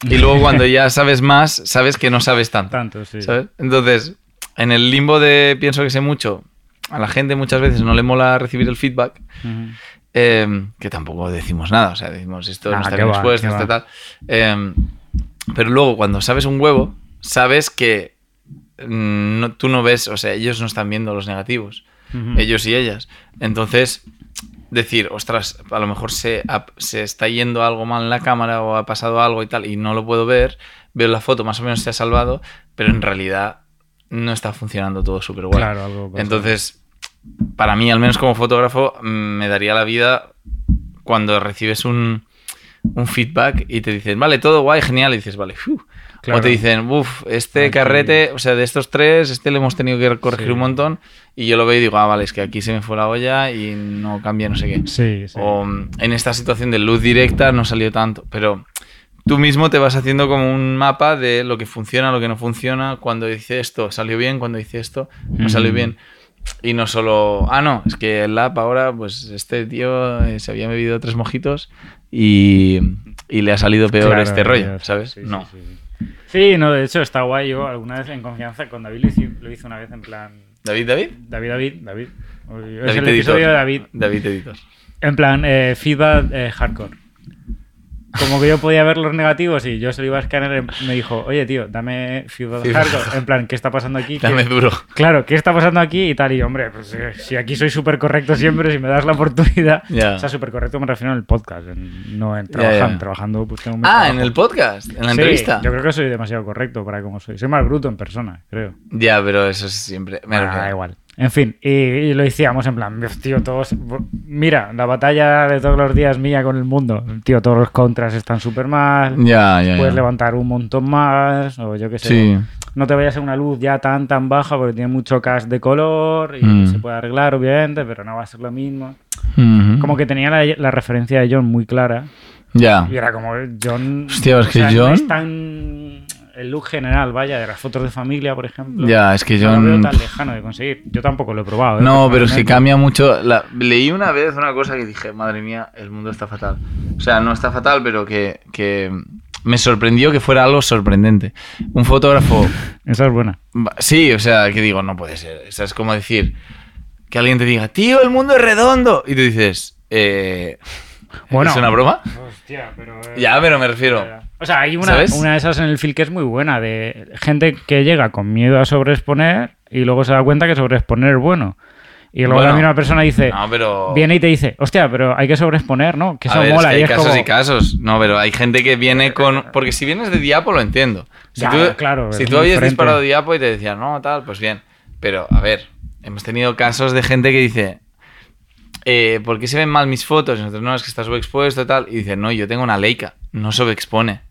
Speaker 2: Y luego cuando ya sabes más, sabes que no sabes tanto.
Speaker 1: tanto sí
Speaker 2: ¿sabes? Entonces, en el limbo de pienso que sé mucho, a la gente muchas veces no le mola recibir el feedback.
Speaker 1: Ujú.
Speaker 2: Eh, que tampoco decimos nada, o sea, decimos esto
Speaker 1: Ah,
Speaker 2: no está
Speaker 1: qué
Speaker 2: bien
Speaker 1: va,
Speaker 2: expuesto,
Speaker 1: qué
Speaker 2: está
Speaker 1: va.
Speaker 2: tal. Eh, pero luego, cuando sabes un huevo, sabes que mm, no- tú no ves, o sea, ellos no están viendo los negativos,
Speaker 1: Ujú.
Speaker 2: ellos y ellas. Entonces, decir, ostras, a lo mejor se, ha- se está yendo algo mal en la cámara o ha pasado algo y tal, y no lo puedo ver, veo la foto, más o menos se ha salvado, pero en realidad no está funcionando todo súper guay.
Speaker 1: claro algo pasa.
Speaker 2: Entonces, para mí, al menos como fotógrafo, mm, me daría la vida cuando recibes un, un feedback y te dicen, vale, todo guay, genial, y dices, vale, fiu.
Speaker 1: Claro.
Speaker 2: O te dicen, uff, este
Speaker 1: Aquí.
Speaker 2: carrete, o sea, de estos tres, este le hemos tenido que corregir
Speaker 1: Sí.
Speaker 2: un montón, y yo lo veo y digo, ah, vale, es que aquí se me fue la olla y no cambia no sé qué.
Speaker 1: sí, sí.
Speaker 2: O mm, en esta situación de luz directa no salió tanto, pero tú mismo te vas haciendo como un mapa de lo que funciona, lo que no funciona, cuando dice esto salió bien, cuando dice esto no salió
Speaker 1: Mm.
Speaker 2: bien. Y no solo, ah, no, es que el app ahora, pues este tío eh, se había bebido tres mojitos y, y le ha salido peor
Speaker 1: Claro,
Speaker 2: este rollo,
Speaker 1: ya,
Speaker 2: ¿sabes?
Speaker 1: sí, sí,
Speaker 2: no.
Speaker 1: sí, sí. Sí, no de hecho está guay yo alguna vez en confianza con David lo hice- lo hice una vez en plan
Speaker 2: David, David.
Speaker 1: David David David es
Speaker 2: David
Speaker 1: el episodio de David
Speaker 2: David Editor.
Speaker 1: En plan, eh, feedback eh, hardcore. Como que yo podía ver los negativos y yo se lo iba a escanear, en- em, me dijo, oye tío, dame feedback
Speaker 2: Feedback.
Speaker 1: hardcore. En plan, ¿qué está pasando aquí? ¿Qué-
Speaker 2: Dame duro.
Speaker 1: Claro, ¿qué está pasando aquí? Y tal, y yo, hombre, pues eh, si aquí soy súper correcto siempre, si me das la oportunidad.
Speaker 2: Ya.
Speaker 1: O sea, súper correcto me refiero en el podcast, en- no en
Speaker 2: Ya,
Speaker 1: trabajando.
Speaker 2: ya.
Speaker 1: Trabajando, pues tengo mi
Speaker 2: Ah,
Speaker 1: trabajo.
Speaker 2: en el podcast, en la
Speaker 1: Sí,
Speaker 2: entrevista.
Speaker 1: Yo creo que soy demasiado correcto para como soy. Soy más bruto en persona, creo.
Speaker 2: Ya, pero eso es siempre. me
Speaker 1: Ah,
Speaker 2: refiero.
Speaker 1: da igual. En fin, y, y lo decíamos en plan, "Dios, tío, todos. Mira, la batalla de todos los días mía con el mundo. Tío, todos los contras están súper mal.
Speaker 2: Ya, ya.
Speaker 1: Puedes
Speaker 2: ya.
Speaker 1: levantar un montón más, o yo qué sé.
Speaker 2: Sí.
Speaker 1: No te vayas a una luz ya tan, tan baja porque tiene mucho cast de color y
Speaker 2: Mm.
Speaker 1: se puede arreglar, obviamente, pero no va a ser lo mismo.
Speaker 2: Ujú.
Speaker 1: Como que tenía la, la referencia de John muy clara.
Speaker 2: Ya.
Speaker 1: Y era como John.
Speaker 2: Hostia, es
Speaker 1: o
Speaker 2: que
Speaker 1: sea, no
Speaker 2: John-
Speaker 1: es tan. El look general, vaya, de las fotos de familia, por ejemplo.
Speaker 2: Ya, es que
Speaker 1: No lo
Speaker 2: John-
Speaker 1: veo tan lejano de conseguir. Yo tampoco lo he probado. ¿eh?
Speaker 2: No, pero es
Speaker 1: Personalmente.
Speaker 2: que cambia mucho. la- Leí una vez una cosa que dije, madre mía, el mundo está fatal. O sea, no está fatal, pero que, que me sorprendió que fuera algo sorprendente. Un fotógrafo,
Speaker 1: Esa es buena.
Speaker 2: sí, o sea, que digo, no puede ser. O sea, es como decir que alguien te diga, tío, el mundo es redondo. Y tú dices, eh,
Speaker 1: Bueno.
Speaker 2: ¿es una broma?
Speaker 1: Hostia, pero. eh,
Speaker 2: Ya, pero me refiero.
Speaker 1: O sea, hay una,
Speaker 2: ¿Sabes?
Speaker 1: una de esas en el film que es muy buena, de gente que llega con miedo a sobreexponer y luego se da cuenta que sobreexponer es bueno. Y luego
Speaker 2: Bueno.
Speaker 1: la misma persona dice,
Speaker 2: No, pero...
Speaker 1: Eh, viene y te dice, hostia, pero hay que sobreexponer, ¿no? Que eso
Speaker 2: A ver, es
Speaker 1: mola.
Speaker 2: que hay
Speaker 1: y es
Speaker 2: casos
Speaker 1: como-
Speaker 2: y casos. No, pero hay gente que viene con. Porque si vienes de Diapo, lo entiendo. Si
Speaker 1: Ya,
Speaker 2: tú,
Speaker 1: claro,
Speaker 2: si
Speaker 1: es
Speaker 2: tú
Speaker 1: muy
Speaker 2: habías
Speaker 1: diferente.
Speaker 2: disparado Diapo y te decían, no, tal, pues bien. Pero, a ver, hemos tenido casos de gente que dice. eh, ¿Por qué se ven mal mis fotos? Y nosotros, no, es que está subexpuesto y tal. Y dicen, no, yo tengo una Leica, no sobreexpone.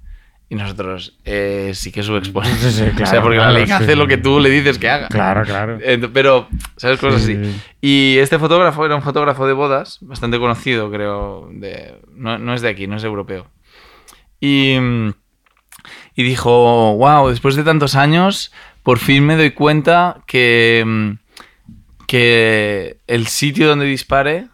Speaker 2: Y nosotros, "Eh, sí que subexpone.
Speaker 1: Sí, sí,
Speaker 2: o sea,
Speaker 1: claro,
Speaker 2: porque la
Speaker 1: claro,
Speaker 2: Leica
Speaker 1: sí,
Speaker 2: hace
Speaker 1: sí.
Speaker 2: lo que tú le dices que haga.
Speaker 1: Claro, claro.
Speaker 2: Eh, pero, ¿sabes? Cosas
Speaker 1: Sí,
Speaker 2: así.
Speaker 1: sí.
Speaker 2: Y este fotógrafo era un fotógrafo de bodas, bastante conocido, creo. de- no, no es de aquí, no es europeo. Y, mm, y dijo, wow, después de tantos años, por fin me doy cuenta que, mm, que el sitio donde dispare,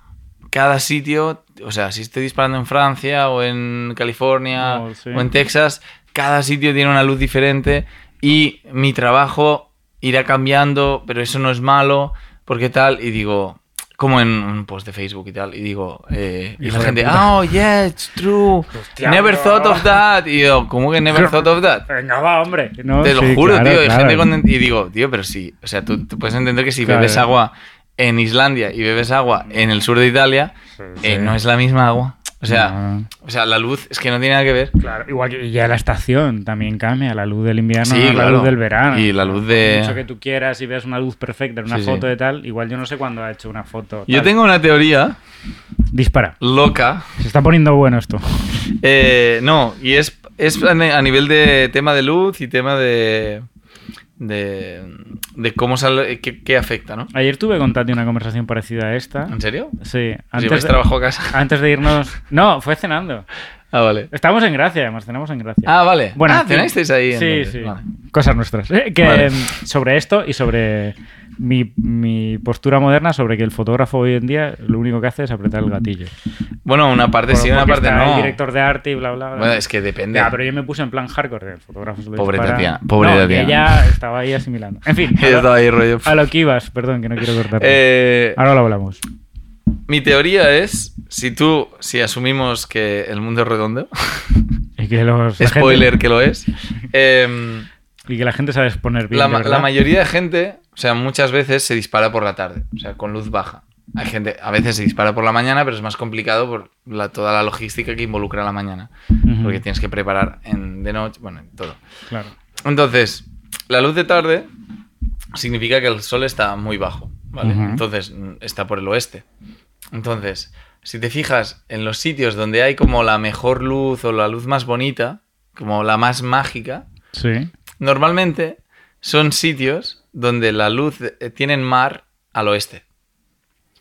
Speaker 2: cada sitio, o sea, si estoy disparando en Francia o en California
Speaker 1: Oh, sí.
Speaker 2: o en Texas, cada sitio tiene una luz diferente y mi trabajo irá cambiando, pero eso no es malo, porque tal, y digo, como en un post de Facebook y tal, y digo, eh, y
Speaker 1: Hijo
Speaker 2: la
Speaker 1: de
Speaker 2: gente,
Speaker 1: puta.
Speaker 2: oh, yeah, it's true,
Speaker 1: Hostia,
Speaker 2: never
Speaker 1: bro.
Speaker 2: thought of that, y yo, ¿cómo que never thought of that?
Speaker 1: Venga, va, hombre. No,
Speaker 2: Te lo
Speaker 1: sí,
Speaker 2: juro,
Speaker 1: claro,
Speaker 2: tío. hay
Speaker 1: claro.
Speaker 2: gente con- Y digo, tío, pero sí. O sea, tú, tú puedes entender que si
Speaker 1: Claro.
Speaker 2: bebes agua en Islandia y bebes agua en el sur de Italia,
Speaker 1: Sí,
Speaker 2: eh,
Speaker 1: sí.
Speaker 2: no es la misma agua. O sea,
Speaker 1: No.
Speaker 2: o sea, la luz es que no tiene nada que ver.
Speaker 1: Claro, igual que ya la estación también cambia, la luz del invierno,
Speaker 2: Sí,
Speaker 1: a la
Speaker 2: claro.
Speaker 1: luz del verano.
Speaker 2: Y la luz
Speaker 1: Por
Speaker 2: de-
Speaker 1: Mucho que tú quieras y veas una luz perfecta en una
Speaker 2: Sí, sí.
Speaker 1: foto de tal, igual yo no sé cuándo ha hecho una foto.
Speaker 2: Yo
Speaker 1: tal.
Speaker 2: tengo una teoría
Speaker 1: Dispara.
Speaker 2: loca.
Speaker 1: Se está poniendo bueno esto.
Speaker 2: Eh, no, y es, es a ni- a nivel de tema de luz y tema de. de, de cómo sale. Qué, qué afecta, ¿no?
Speaker 1: Ayer tuve con Tati una conversación parecida a esta.
Speaker 2: ¿En serio?
Speaker 1: Sí,
Speaker 2: Antes
Speaker 1: antes, de,
Speaker 2: trabajo a casa.
Speaker 1: antes de irnos. No, fue cenando.
Speaker 2: Ah, vale.
Speaker 1: Estamos en Gracia, además, cenamos en Gracia.
Speaker 2: Ah, vale.
Speaker 1: Bueno,
Speaker 2: ah,
Speaker 1: en fin.
Speaker 2: cenasteis ahí.
Speaker 1: Sí,
Speaker 2: entonces.
Speaker 1: sí.
Speaker 2: Vale.
Speaker 1: Cosas nuestras. Eh, Que,
Speaker 2: Vale.
Speaker 1: em, Sobre esto y sobre mi, mi postura moderna sobre que el fotógrafo hoy en día lo único que hace es apretar el gatillo.
Speaker 2: Bueno, una parte
Speaker 1: Por-
Speaker 2: sí, una
Speaker 1: porque
Speaker 2: parte
Speaker 1: está El
Speaker 2: no.
Speaker 1: director de arte y bla, bla, bla.
Speaker 2: Bueno, es que depende.
Speaker 1: Ya, pero yo me puse en plan hardcore. El fotógrafo se lo
Speaker 2: Pobre
Speaker 1: dispara.
Speaker 2: Tatiana, pobre
Speaker 1: No,
Speaker 2: Tatiana.
Speaker 1: Ella estaba ahí asimilando. En fin,
Speaker 2: Yo
Speaker 1: a lo,
Speaker 2: estaba ahí rollo.
Speaker 1: a lo que ibas, perdón, que no quiero cortarte.
Speaker 2: Eh,
Speaker 1: Ahora lo hablamos.
Speaker 2: mi teoría es, si tú, si asumimos que el mundo es redondo,
Speaker 1: Y que los, la gente-
Speaker 2: spoiler que lo es, em,
Speaker 1: y que la gente sabe exponer bien.
Speaker 2: la,
Speaker 1: de
Speaker 2: ma- la
Speaker 1: verdad.
Speaker 2: mayoría de gente, o sea, muchas veces se dispara por la tarde, o sea, con luz baja. Hay gente, a veces se dispara por la mañana, pero es más complicado por la, toda la logística que involucra la mañana.
Speaker 1: Ujú,
Speaker 2: Porque tienes que preparar en, de noche, bueno, en todo.
Speaker 1: Claro.
Speaker 2: Entonces, la luz de tarde significa que el sol está muy bajo, ¿vale?
Speaker 1: Ujú.
Speaker 2: Entonces, mm, está por el oeste. Entonces, si te fijas en los sitios donde hay como la mejor luz o la luz más bonita, como la más mágica,
Speaker 1: Sí.
Speaker 2: normalmente son sitios donde la luz eh, tienen mar al oeste.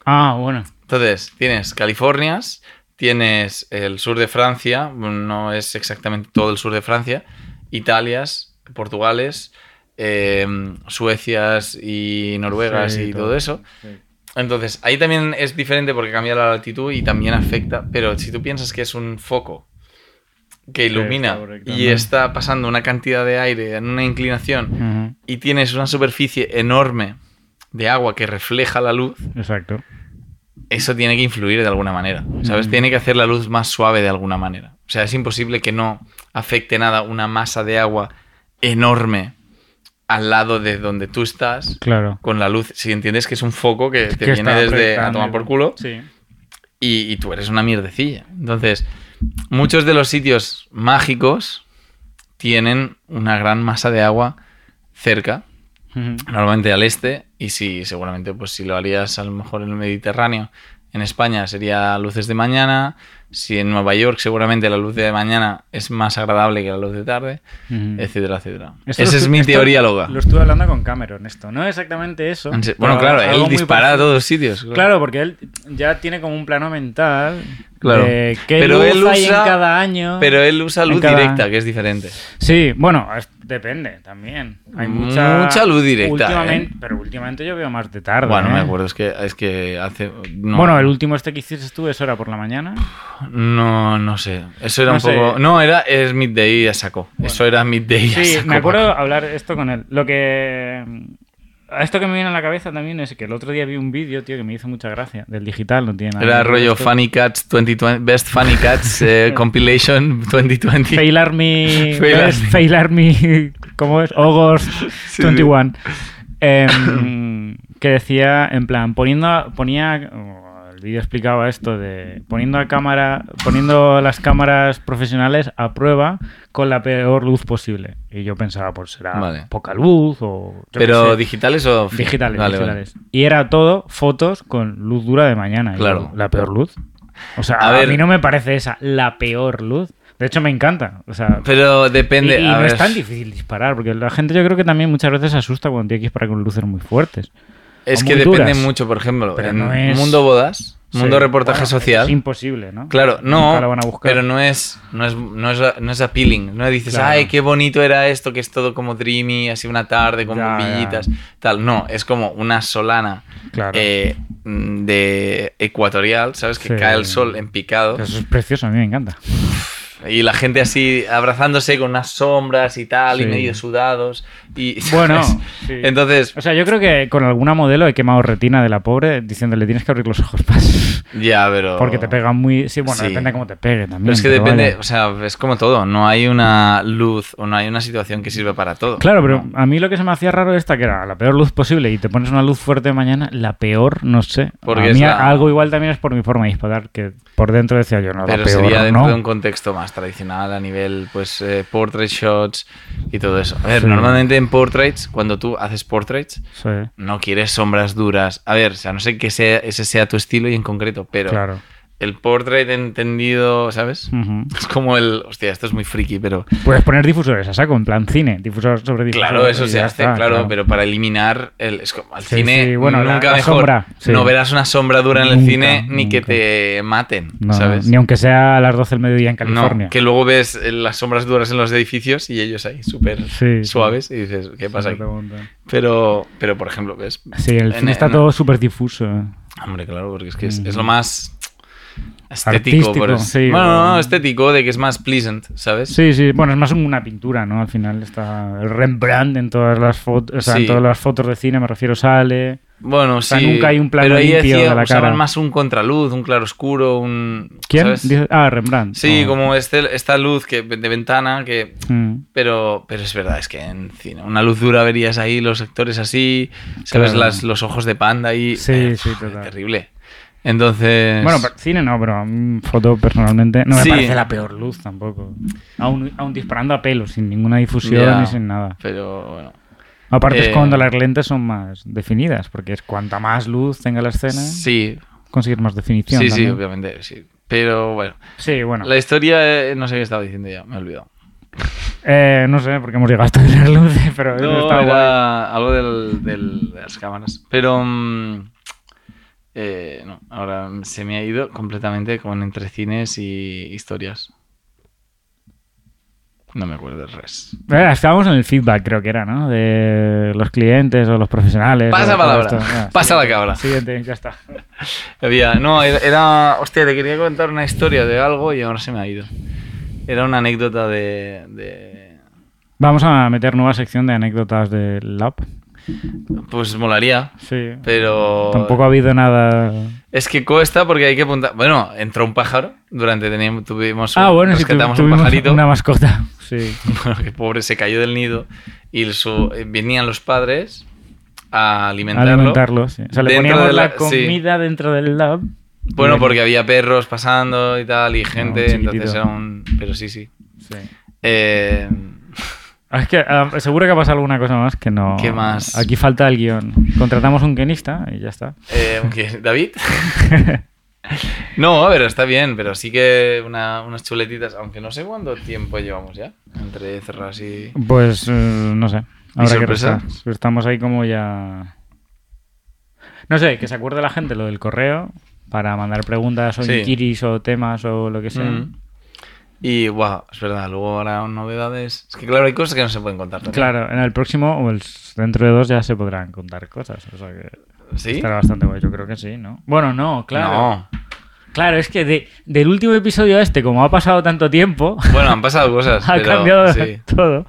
Speaker 1: Ah, bueno.
Speaker 2: Entonces, tienes Californias, tienes el sur de Francia, no es exactamente todo el sur de Francia, Italias, Portugales, eh, Suecias y Noruegas
Speaker 1: Sí,
Speaker 2: y
Speaker 1: todo.
Speaker 2: todo eso. Entonces, ahí también es diferente porque cambia la latitud y también afecta, pero si tú piensas que es un foco que
Speaker 1: está
Speaker 2: ilumina y
Speaker 1: directamente.
Speaker 2: está pasando una cantidad de aire en una inclinación
Speaker 1: Ujú,
Speaker 2: y tienes una superficie enorme de agua que refleja la luz,
Speaker 1: Exacto.
Speaker 2: eso tiene que influir de alguna manera, ¿sabes?
Speaker 1: Mm.
Speaker 2: Tiene que hacer la luz más suave de alguna manera. O sea, es imposible que no afecte nada una masa de agua enorme al lado de donde tú estás
Speaker 1: Claro.
Speaker 2: con la luz. Si entiendes que es un foco que te
Speaker 1: Que
Speaker 2: viene
Speaker 1: está
Speaker 2: desde a
Speaker 1: apretando
Speaker 2: tomar
Speaker 1: y-
Speaker 2: por culo
Speaker 1: Sí.
Speaker 2: y, y tú eres una mierdecilla. Entonces, muchos de los sitios mágicos tienen una gran masa de agua cerca
Speaker 1: Ujú.
Speaker 2: normalmente al este y si seguramente pues si lo harías a lo mejor en el Mediterráneo en España sería luces de mañana si en Nueva York seguramente la luz de mañana es más agradable que la luz de tarde
Speaker 1: Ujú.
Speaker 2: etcétera etcétera
Speaker 1: Mm. Esto
Speaker 2: esa
Speaker 1: lo
Speaker 2: es
Speaker 1: estu-
Speaker 2: mi
Speaker 1: esto
Speaker 2: teoría loca
Speaker 1: Lo estuve hablando con Cameron esto. No exactamente eso.
Speaker 2: En se-
Speaker 1: pero
Speaker 2: bueno claro
Speaker 1: algo
Speaker 2: él
Speaker 1: muy
Speaker 2: dispara a
Speaker 1: parecido.
Speaker 2: todos los sitios claro.
Speaker 1: Claro, porque él ya tiene como un plano mental
Speaker 2: Claro.
Speaker 1: de qué
Speaker 2: Pero
Speaker 1: luz
Speaker 2: él
Speaker 1: hay en
Speaker 2: usa-
Speaker 1: cada año.
Speaker 2: pero él usa
Speaker 1: En
Speaker 2: luz
Speaker 1: cada-
Speaker 2: directa que es diferente
Speaker 1: Sí, bueno, es- depende también. Hay mucha,
Speaker 2: Mm, Mucha luz directa,
Speaker 1: Últimamente,
Speaker 2: ¿eh?
Speaker 1: Pero últimamente yo veo más de tarde.
Speaker 2: bueno
Speaker 1: ¿eh?
Speaker 2: me acuerdo es que es que hace no,
Speaker 1: Bueno, el último este que hiciste tú es hora por la mañana.
Speaker 2: no no sé eso era
Speaker 1: No
Speaker 2: un
Speaker 1: sé.
Speaker 2: poco no era es midday a saco eso era midday a
Speaker 1: Sí,
Speaker 2: saco
Speaker 1: me acuerdo hablar esto con él. Lo que. a Esto que me viene a la cabeza también es que el otro día vi un vídeo, tío, que me hizo mucha gracia. Del digital, Ah, no tiene nada. que
Speaker 2: Era
Speaker 1: ver con
Speaker 2: rollo
Speaker 1: esto.
Speaker 2: Funny Cats 2020, Best Funny Cats eh, Compilation 2020.
Speaker 1: Fail Army.
Speaker 2: Fail
Speaker 1: ¿no es?
Speaker 2: Army.
Speaker 1: Fail Army. ¿Cómo es? August
Speaker 2: Sí,
Speaker 1: 21. Em, que decía, en plan, poniendo. Ponía. oh, El vídeo explicaba esto de poniendo a cámara, poniendo las cámaras profesionales a prueba con la peor luz posible. Y yo pensaba, pues será
Speaker 2: Vale.
Speaker 1: poca luz o. yo qué
Speaker 2: Pero
Speaker 1: sé.
Speaker 2: digitales o fi-
Speaker 1: Pues Digitales,
Speaker 2: Vale, vale.
Speaker 1: digitales. Y era todo fotos con luz dura de mañana. Y
Speaker 2: Claro.
Speaker 1: La peor luz. O sea,
Speaker 2: A
Speaker 1: a,
Speaker 2: ver.
Speaker 1: mí no me parece esa la peor luz. De hecho, me encanta. O sea,
Speaker 2: Pero depende.
Speaker 1: y, y
Speaker 2: a
Speaker 1: no
Speaker 2: ver,
Speaker 1: es tan difícil disparar, porque la gente yo creo que también muchas veces se asusta cuando tiene que disparar con luces muy fuertes.
Speaker 2: es
Speaker 1: o
Speaker 2: que
Speaker 1: muy
Speaker 2: depende
Speaker 1: duras.
Speaker 2: mucho, por ejemplo,
Speaker 1: Pero
Speaker 2: en
Speaker 1: no es-
Speaker 2: Mundo Bodas Mundo reportaje
Speaker 1: Bueno,
Speaker 2: social.
Speaker 1: Es imposible, ¿no?
Speaker 2: Claro,
Speaker 1: Nunca
Speaker 2: no,
Speaker 1: la van a buscar.
Speaker 2: pero no es, no es, no es, no es appealing. No dices,
Speaker 1: Claro.
Speaker 2: ay, qué bonito era esto, que es todo como dreamy, así una tarde con
Speaker 1: Ya, ya.
Speaker 2: bombillitas, tal. No, es como una solana
Speaker 1: Claro.
Speaker 2: eh, mm, de ecuatorial, ¿sabes? Que
Speaker 1: Sí.
Speaker 2: cae el sol en picado
Speaker 1: Eso es precioso, a mí me encanta.
Speaker 2: y la gente así abrazándose con unas sombras y tal, y
Speaker 1: Sí.
Speaker 2: medio sudados. Y,
Speaker 1: Bueno,
Speaker 2: ¿sabes?
Speaker 1: sí.
Speaker 2: entonces,
Speaker 1: O sea, yo creo que con alguna modelo he quemado retina de la pobre diciéndole tienes que abrir los ojos más.
Speaker 2: ya, pero.
Speaker 1: Porque te pega muy. Sí, bueno,
Speaker 2: Sí.
Speaker 1: depende de cómo te pegue también.
Speaker 2: Pero es que
Speaker 1: pero
Speaker 2: depende,
Speaker 1: vaya.
Speaker 2: o sea, es como todo, no hay una luz o no hay una situación que sirva para todo.
Speaker 1: Claro, pero a mí lo que se me hacía raro esta que era la peor luz posible y te pones una luz fuerte mañana, la peor, no sé.
Speaker 2: Porque
Speaker 1: a
Speaker 2: es
Speaker 1: mí
Speaker 2: la-
Speaker 1: algo igual también es por mi forma de disparar, que por dentro decía yo, no,
Speaker 2: Pero
Speaker 1: la peor,
Speaker 2: sería dentro
Speaker 1: no.
Speaker 2: de un contexto más tradicional a nivel, pues, eh, portrait shots y todo eso. A ver,
Speaker 1: Sí.
Speaker 2: normalmente en portraits, cuando tú haces portraits,
Speaker 1: Sí,
Speaker 2: no quieres sombras duras. A ver, o sea, no sé que sea, ese sea tu estilo y en concreto, pero
Speaker 1: claro.
Speaker 2: el portrait entendido, ¿sabes?
Speaker 1: Ujú.
Speaker 2: Es como el, hostia, esto es muy friki, pero
Speaker 1: Puedes poner difusores a saco, en plan cine, difusor sobre difusor.
Speaker 2: claro, eso
Speaker 1: y
Speaker 2: se
Speaker 1: ya
Speaker 2: hace,
Speaker 1: está,
Speaker 2: claro, pero para eliminar el, es como, al
Speaker 1: Sí,
Speaker 2: cine
Speaker 1: sí, bueno, la-
Speaker 2: nunca
Speaker 1: la
Speaker 2: mejor.
Speaker 1: sombra, sí.
Speaker 2: No verás una sombra dura en el
Speaker 1: Nunca,
Speaker 2: cine ni que
Speaker 1: nunca.
Speaker 2: te maten,
Speaker 1: No,
Speaker 2: ¿sabes?
Speaker 1: Ni aunque sea a las 12 del mediodía en
Speaker 2: No,
Speaker 1: California.
Speaker 2: que luego ves eh, las sombras duras en los edificios y ellos ahí súper
Speaker 1: Sí, sí.
Speaker 2: suaves y dices, ¿qué pasa
Speaker 1: Sí,
Speaker 2: aquí?
Speaker 1: te preguntan.
Speaker 2: Pero, pero por ejemplo, ves...
Speaker 1: Sí, el
Speaker 2: en-
Speaker 1: cine está
Speaker 2: en-
Speaker 1: todo súper difuso.
Speaker 2: Hombre, claro, porque es que es,
Speaker 1: Mm.
Speaker 2: es lo más estético.
Speaker 1: Artístico,
Speaker 2: por-
Speaker 1: sí,
Speaker 2: bueno,
Speaker 1: o-
Speaker 2: no, no, estético, de que es más pleasant, ¿sabes?
Speaker 1: Sí, sí, bueno, es más una pintura, ¿no? Al final está el Rembrandt en todas las fotos, o sea,
Speaker 2: Sí.
Speaker 1: en todas las fotos de cine, me refiero, sale.
Speaker 2: Bueno,
Speaker 1: sea,
Speaker 2: sí.
Speaker 1: nunca hay un plano
Speaker 2: pero ahí
Speaker 1: limpio
Speaker 2: decía-
Speaker 1: de la
Speaker 2: usaban
Speaker 1: cara.
Speaker 2: más un contraluz, un claroscuro, un.
Speaker 1: ¿Quién?
Speaker 2: ¿sabes?
Speaker 1: Dice- Ah, Rembrandt.
Speaker 2: Sí,
Speaker 1: Oh.
Speaker 2: como este, esta luz que, de ventana que.
Speaker 1: Mm.
Speaker 2: Pero, pero es verdad, es que en cine, una luz dura verías ahí los sectores así, sabes,
Speaker 1: Claro.
Speaker 2: las, los ojos de panda ahí.
Speaker 1: Sí,
Speaker 2: eh,
Speaker 1: sí,
Speaker 2: pf,
Speaker 1: total.
Speaker 2: Terrible. Entonces.
Speaker 1: Bueno, pero cine no, pero mm, foto personalmente no me
Speaker 2: Sí.
Speaker 1: parece la peor luz tampoco. Aún, aún disparando a pelo, sin ninguna difusión
Speaker 2: Ya.
Speaker 1: ni sin nada.
Speaker 2: pero bueno.
Speaker 1: Aparte
Speaker 2: Eh.
Speaker 1: es cuando las lentes son más definidas, porque es cuanta más luz tenga la escena,
Speaker 2: Sí,
Speaker 1: conseguir más definición.
Speaker 2: sí, sí,
Speaker 1: también.
Speaker 2: obviamente, sí. Pero bueno.
Speaker 1: Sí, bueno.
Speaker 2: La historia, eh, no sé qué estaba diciendo ya, me he olvidado.
Speaker 1: Eh, no sé por qué hemos llegado hasta las luces, pero
Speaker 2: No,
Speaker 1: está guay.
Speaker 2: era algo del, del- de las cámaras. Pero. mm, eh, no, ahora se me ha ido completamente con entre cines y historias. No me acuerdo del res.
Speaker 1: Eh, estábamos en el feedback, creo que era, ¿no? De los clientes o los profesionales.
Speaker 2: Pasa
Speaker 1: o todo
Speaker 2: palabra,
Speaker 1: esto. Ya,
Speaker 2: pasa la
Speaker 1: siguiente.
Speaker 2: cabra.
Speaker 1: Siguiente, ya está.
Speaker 2: Había, no, era- era. Hostia, te quería contar una historia de algo y ahora se me ha ido. Era una anécdota de. de-
Speaker 1: Vamos a meter nueva sección de anécdotas del lab.
Speaker 2: pues molaría,
Speaker 1: Sí.
Speaker 2: pero.
Speaker 1: Tampoco ha habido nada.
Speaker 2: Es que cuesta porque hay que apuntar. Bueno, entró un pájaro. Durante teníamos, tuvimos.
Speaker 1: Ah, bueno, sí, tu-
Speaker 2: rescatamos un
Speaker 1: tuvimos
Speaker 2: pajarito.
Speaker 1: una mascota. Sí.
Speaker 2: Bueno, que pobre, se cayó del nido y su- eh, venían los padres a alimentarlo.
Speaker 1: Alimentarlo, sí. O sea, le
Speaker 2: Dentro
Speaker 1: poníamos
Speaker 2: de
Speaker 1: la,
Speaker 2: la- sí.
Speaker 1: comida dentro del lab.
Speaker 2: Bueno, porque había perros pasando y tal, y gente,
Speaker 1: chiquitito.
Speaker 2: entonces era un... Pero sí, sí.
Speaker 1: Sí.
Speaker 2: Eh,
Speaker 1: Ah, Es que ah, seguro que ha pasado alguna cosa más que no.
Speaker 2: ¿Qué más?
Speaker 1: Aquí falta el guión. Contratamos un guionista y ya está.
Speaker 2: eh, ¿qué? ¿David? No, pero está bien, pero sí que una- unas chuletitas, aunque no sé cuánto tiempo llevamos ya, entre cerradas y...
Speaker 1: Pues eh, no sé. Habrá que
Speaker 2: sorpresa?
Speaker 1: restar. Pero Estamos ahí como ya. No sé, que se acuerde la gente lo del correo para mandar preguntas o
Speaker 2: Sí.
Speaker 1: inquiris o temas o lo que sea.
Speaker 2: Mm. Y, wow, es verdad, luego ahora novedades... Es que claro, hay cosas que no se pueden contar. también.
Speaker 1: Claro, en el próximo o el, dentro de dos ya se podrán contar cosas. O sea que
Speaker 2: ¿Sí?
Speaker 1: estará bastante guay. Yo creo que sí, ¿no? Bueno, no, claro.
Speaker 2: No.
Speaker 1: Claro, es que de- del último episodio a este, como ha pasado tanto tiempo,
Speaker 2: Bueno, han pasado cosas.
Speaker 1: ha
Speaker 2: pero
Speaker 1: cambiado
Speaker 2: sí.
Speaker 1: todo.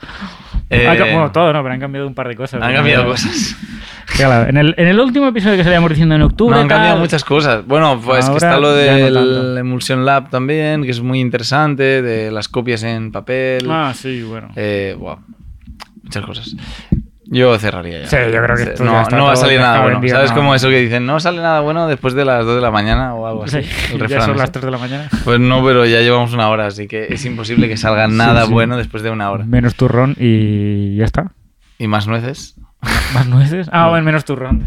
Speaker 2: Eh,
Speaker 1: Ha ca- bueno, todo, no, pero han cambiado un par de cosas.
Speaker 2: Han cambiado cosas.
Speaker 1: Claro, en el, en el último episodio que salíamos diciendo en octubre.
Speaker 2: No, han cambiado
Speaker 1: tal,
Speaker 2: muchas cosas. Bueno, pues que
Speaker 1: Ahora
Speaker 2: está lo
Speaker 1: ya no
Speaker 2: del
Speaker 1: tanto.
Speaker 2: Emulsion Lab también, que es muy interesante, de las copias en papel.
Speaker 1: Ah, sí, bueno.
Speaker 2: Eh, guau. Muchas cosas. Yo cerraría ya.
Speaker 1: Sí, yo creo que
Speaker 2: Sí,
Speaker 1: esto ya
Speaker 2: no,
Speaker 1: está
Speaker 2: no va a
Speaker 1: todo
Speaker 2: salir nada
Speaker 1: dejado
Speaker 2: bueno.
Speaker 1: vendido,
Speaker 2: ¿Sabes
Speaker 1: no.
Speaker 2: cómo eso que dicen? No sale nada bueno después de las 2 de la mañana o algo así.
Speaker 1: Sí,
Speaker 2: El
Speaker 1: ya
Speaker 2: refrán
Speaker 1: son
Speaker 2: ese.
Speaker 1: las 3 de la mañana.
Speaker 2: Pues no, pero ya llevamos una hora, así que es imposible que salga nada
Speaker 1: sí.
Speaker 2: bueno después de una hora.
Speaker 1: Menos turrón y ya está.
Speaker 2: ¿Y más nueces?
Speaker 1: ¿Más nueces? Ah, bueno, menos turrón.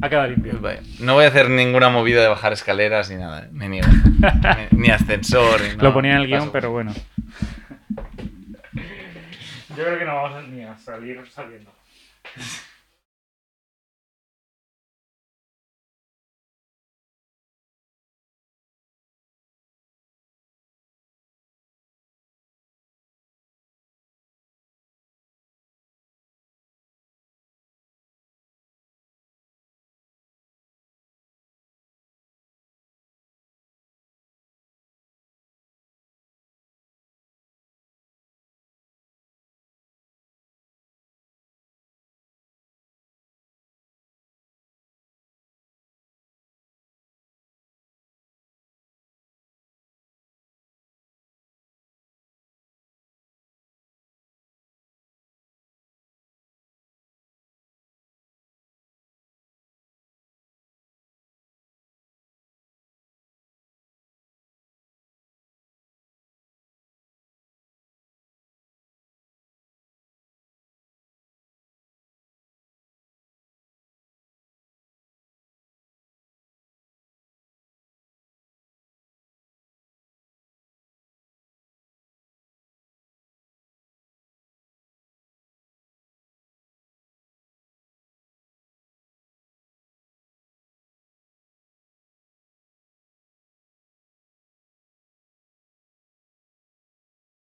Speaker 1: Ha quedado limpio.
Speaker 2: Pues Vaya, No voy a hacer ninguna movida de bajar escaleras ni nada, ¿eh? me niego. Ni- ni ascensor. ni nada.
Speaker 1: Lo ponía en el guión,
Speaker 2: Paso.
Speaker 1: pero bueno. Yo creo que no vamos ni a salir saliendo.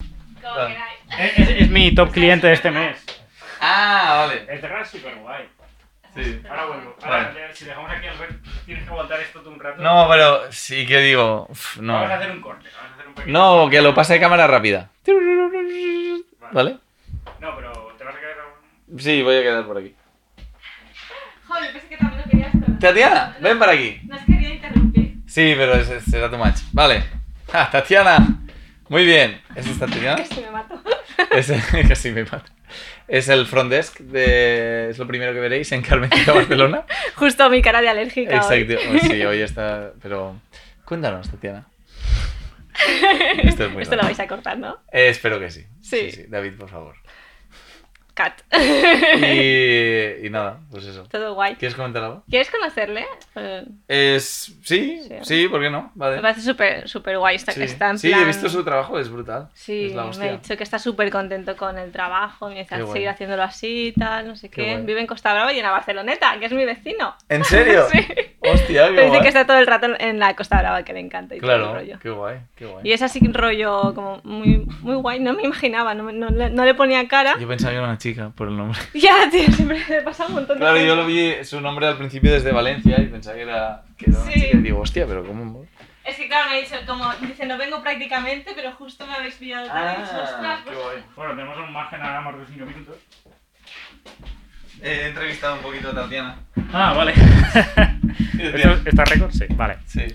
Speaker 2: eh,
Speaker 3: como queráis.
Speaker 1: Es, es- es mi top cliente de este mes.
Speaker 2: Ah, vale.
Speaker 1: El terreno es súper guay.
Speaker 2: Sí.
Speaker 1: Ahora vuelvo.
Speaker 2: Ahora,
Speaker 1: si dejamos aquí al rey, tienes que aguantar esto tú un rato.
Speaker 2: No, pero sí que digo. uf, no.
Speaker 1: hacer un corte. Vamos a hacer un
Speaker 2: No, que lo pase de cámara rápida. ¿Vale?
Speaker 1: No, pero te vas a quedar.
Speaker 2: Sí, voy a quedar por aquí.
Speaker 3: Joder, pensé que también lo querías todo.
Speaker 2: Tatiana, ven para aquí.
Speaker 3: No os quería interrumpir.
Speaker 2: Sí, pero es- es- será tu match. Vale. Ah, Tatiana. Muy bien. ¿Es esta Tatiana?
Speaker 3: Casi me mato.
Speaker 2: Es, casi me mata. Es el front desk de... Es lo primero que veréis en Carmencita Barcelona.
Speaker 3: Justo mi cara de alérgica. hoy.
Speaker 2: Exacto. Bueno, Sí, hoy está... Pero... Cuéntanos, Tatiana. Esto es muy
Speaker 3: Esto lo
Speaker 2: raro.
Speaker 3: vais a cortar, ¿no?
Speaker 2: Eh, espero que sí.
Speaker 3: Sí.
Speaker 2: David, por favor.
Speaker 3: Cat.
Speaker 2: Y, y nada, pues eso.
Speaker 3: Todo guay.
Speaker 2: ¿Quieres comentar algo?
Speaker 3: ¿Quieres conocerle? Eh,
Speaker 2: Es... Sí,
Speaker 3: Sí.
Speaker 2: sí, ¿por qué no? Vale.
Speaker 3: Me parece súper, súper guay. Está,
Speaker 2: Sí,
Speaker 3: está en
Speaker 2: Sí, he
Speaker 3: plan-
Speaker 2: visto su trabajo, es brutal.
Speaker 3: Sí,
Speaker 2: es la
Speaker 3: me ha
Speaker 2: hostia.
Speaker 3: dicho que está súper contento con el trabajo, me dice
Speaker 2: Qué
Speaker 3: "Al
Speaker 2: guay.
Speaker 3: seguir haciéndolo así y tal, no sé
Speaker 2: Qué
Speaker 3: qué.
Speaker 2: guay.
Speaker 3: Vive en Costa Brava y en la Barceloneta, que es mi vecino.
Speaker 2: ¿En serio?
Speaker 3: Sí.
Speaker 2: Hostia, qué
Speaker 3: Pero dice
Speaker 2: guay.
Speaker 3: que está todo el rato en la Costa Brava, que le encanta y todo el rollo.
Speaker 2: Claro, qué guay, qué guay.
Speaker 3: Y es así un rollo como muy, muy guay, no me imaginaba, no, me- no le- no le ponía cara.
Speaker 2: Yo pensaba que era una chica por el nombre.
Speaker 3: Ya, tío, siempre le pasa un montón de
Speaker 2: Claro, yo
Speaker 3: cosas.
Speaker 2: lo vi su nombre al principio desde Valencia y pensaba que era, que era una
Speaker 3: Sí.
Speaker 2: chica. Y digo, hostia, pero ¿cómo?
Speaker 3: Es que claro, me ha dicho como, dice, no vengo prácticamente, pero justo me habéis pillado tal",
Speaker 2: Ah,
Speaker 3: y he dicho, "Ostras, pues,
Speaker 2: guay.
Speaker 1: Bueno, tenemos un margen ahora más de 5 minutos.
Speaker 2: He entrevistado un poquito a Tatiana.
Speaker 1: Ah, vale. ¿Esto, ¿Está récord? Sí, vale.
Speaker 2: Sí.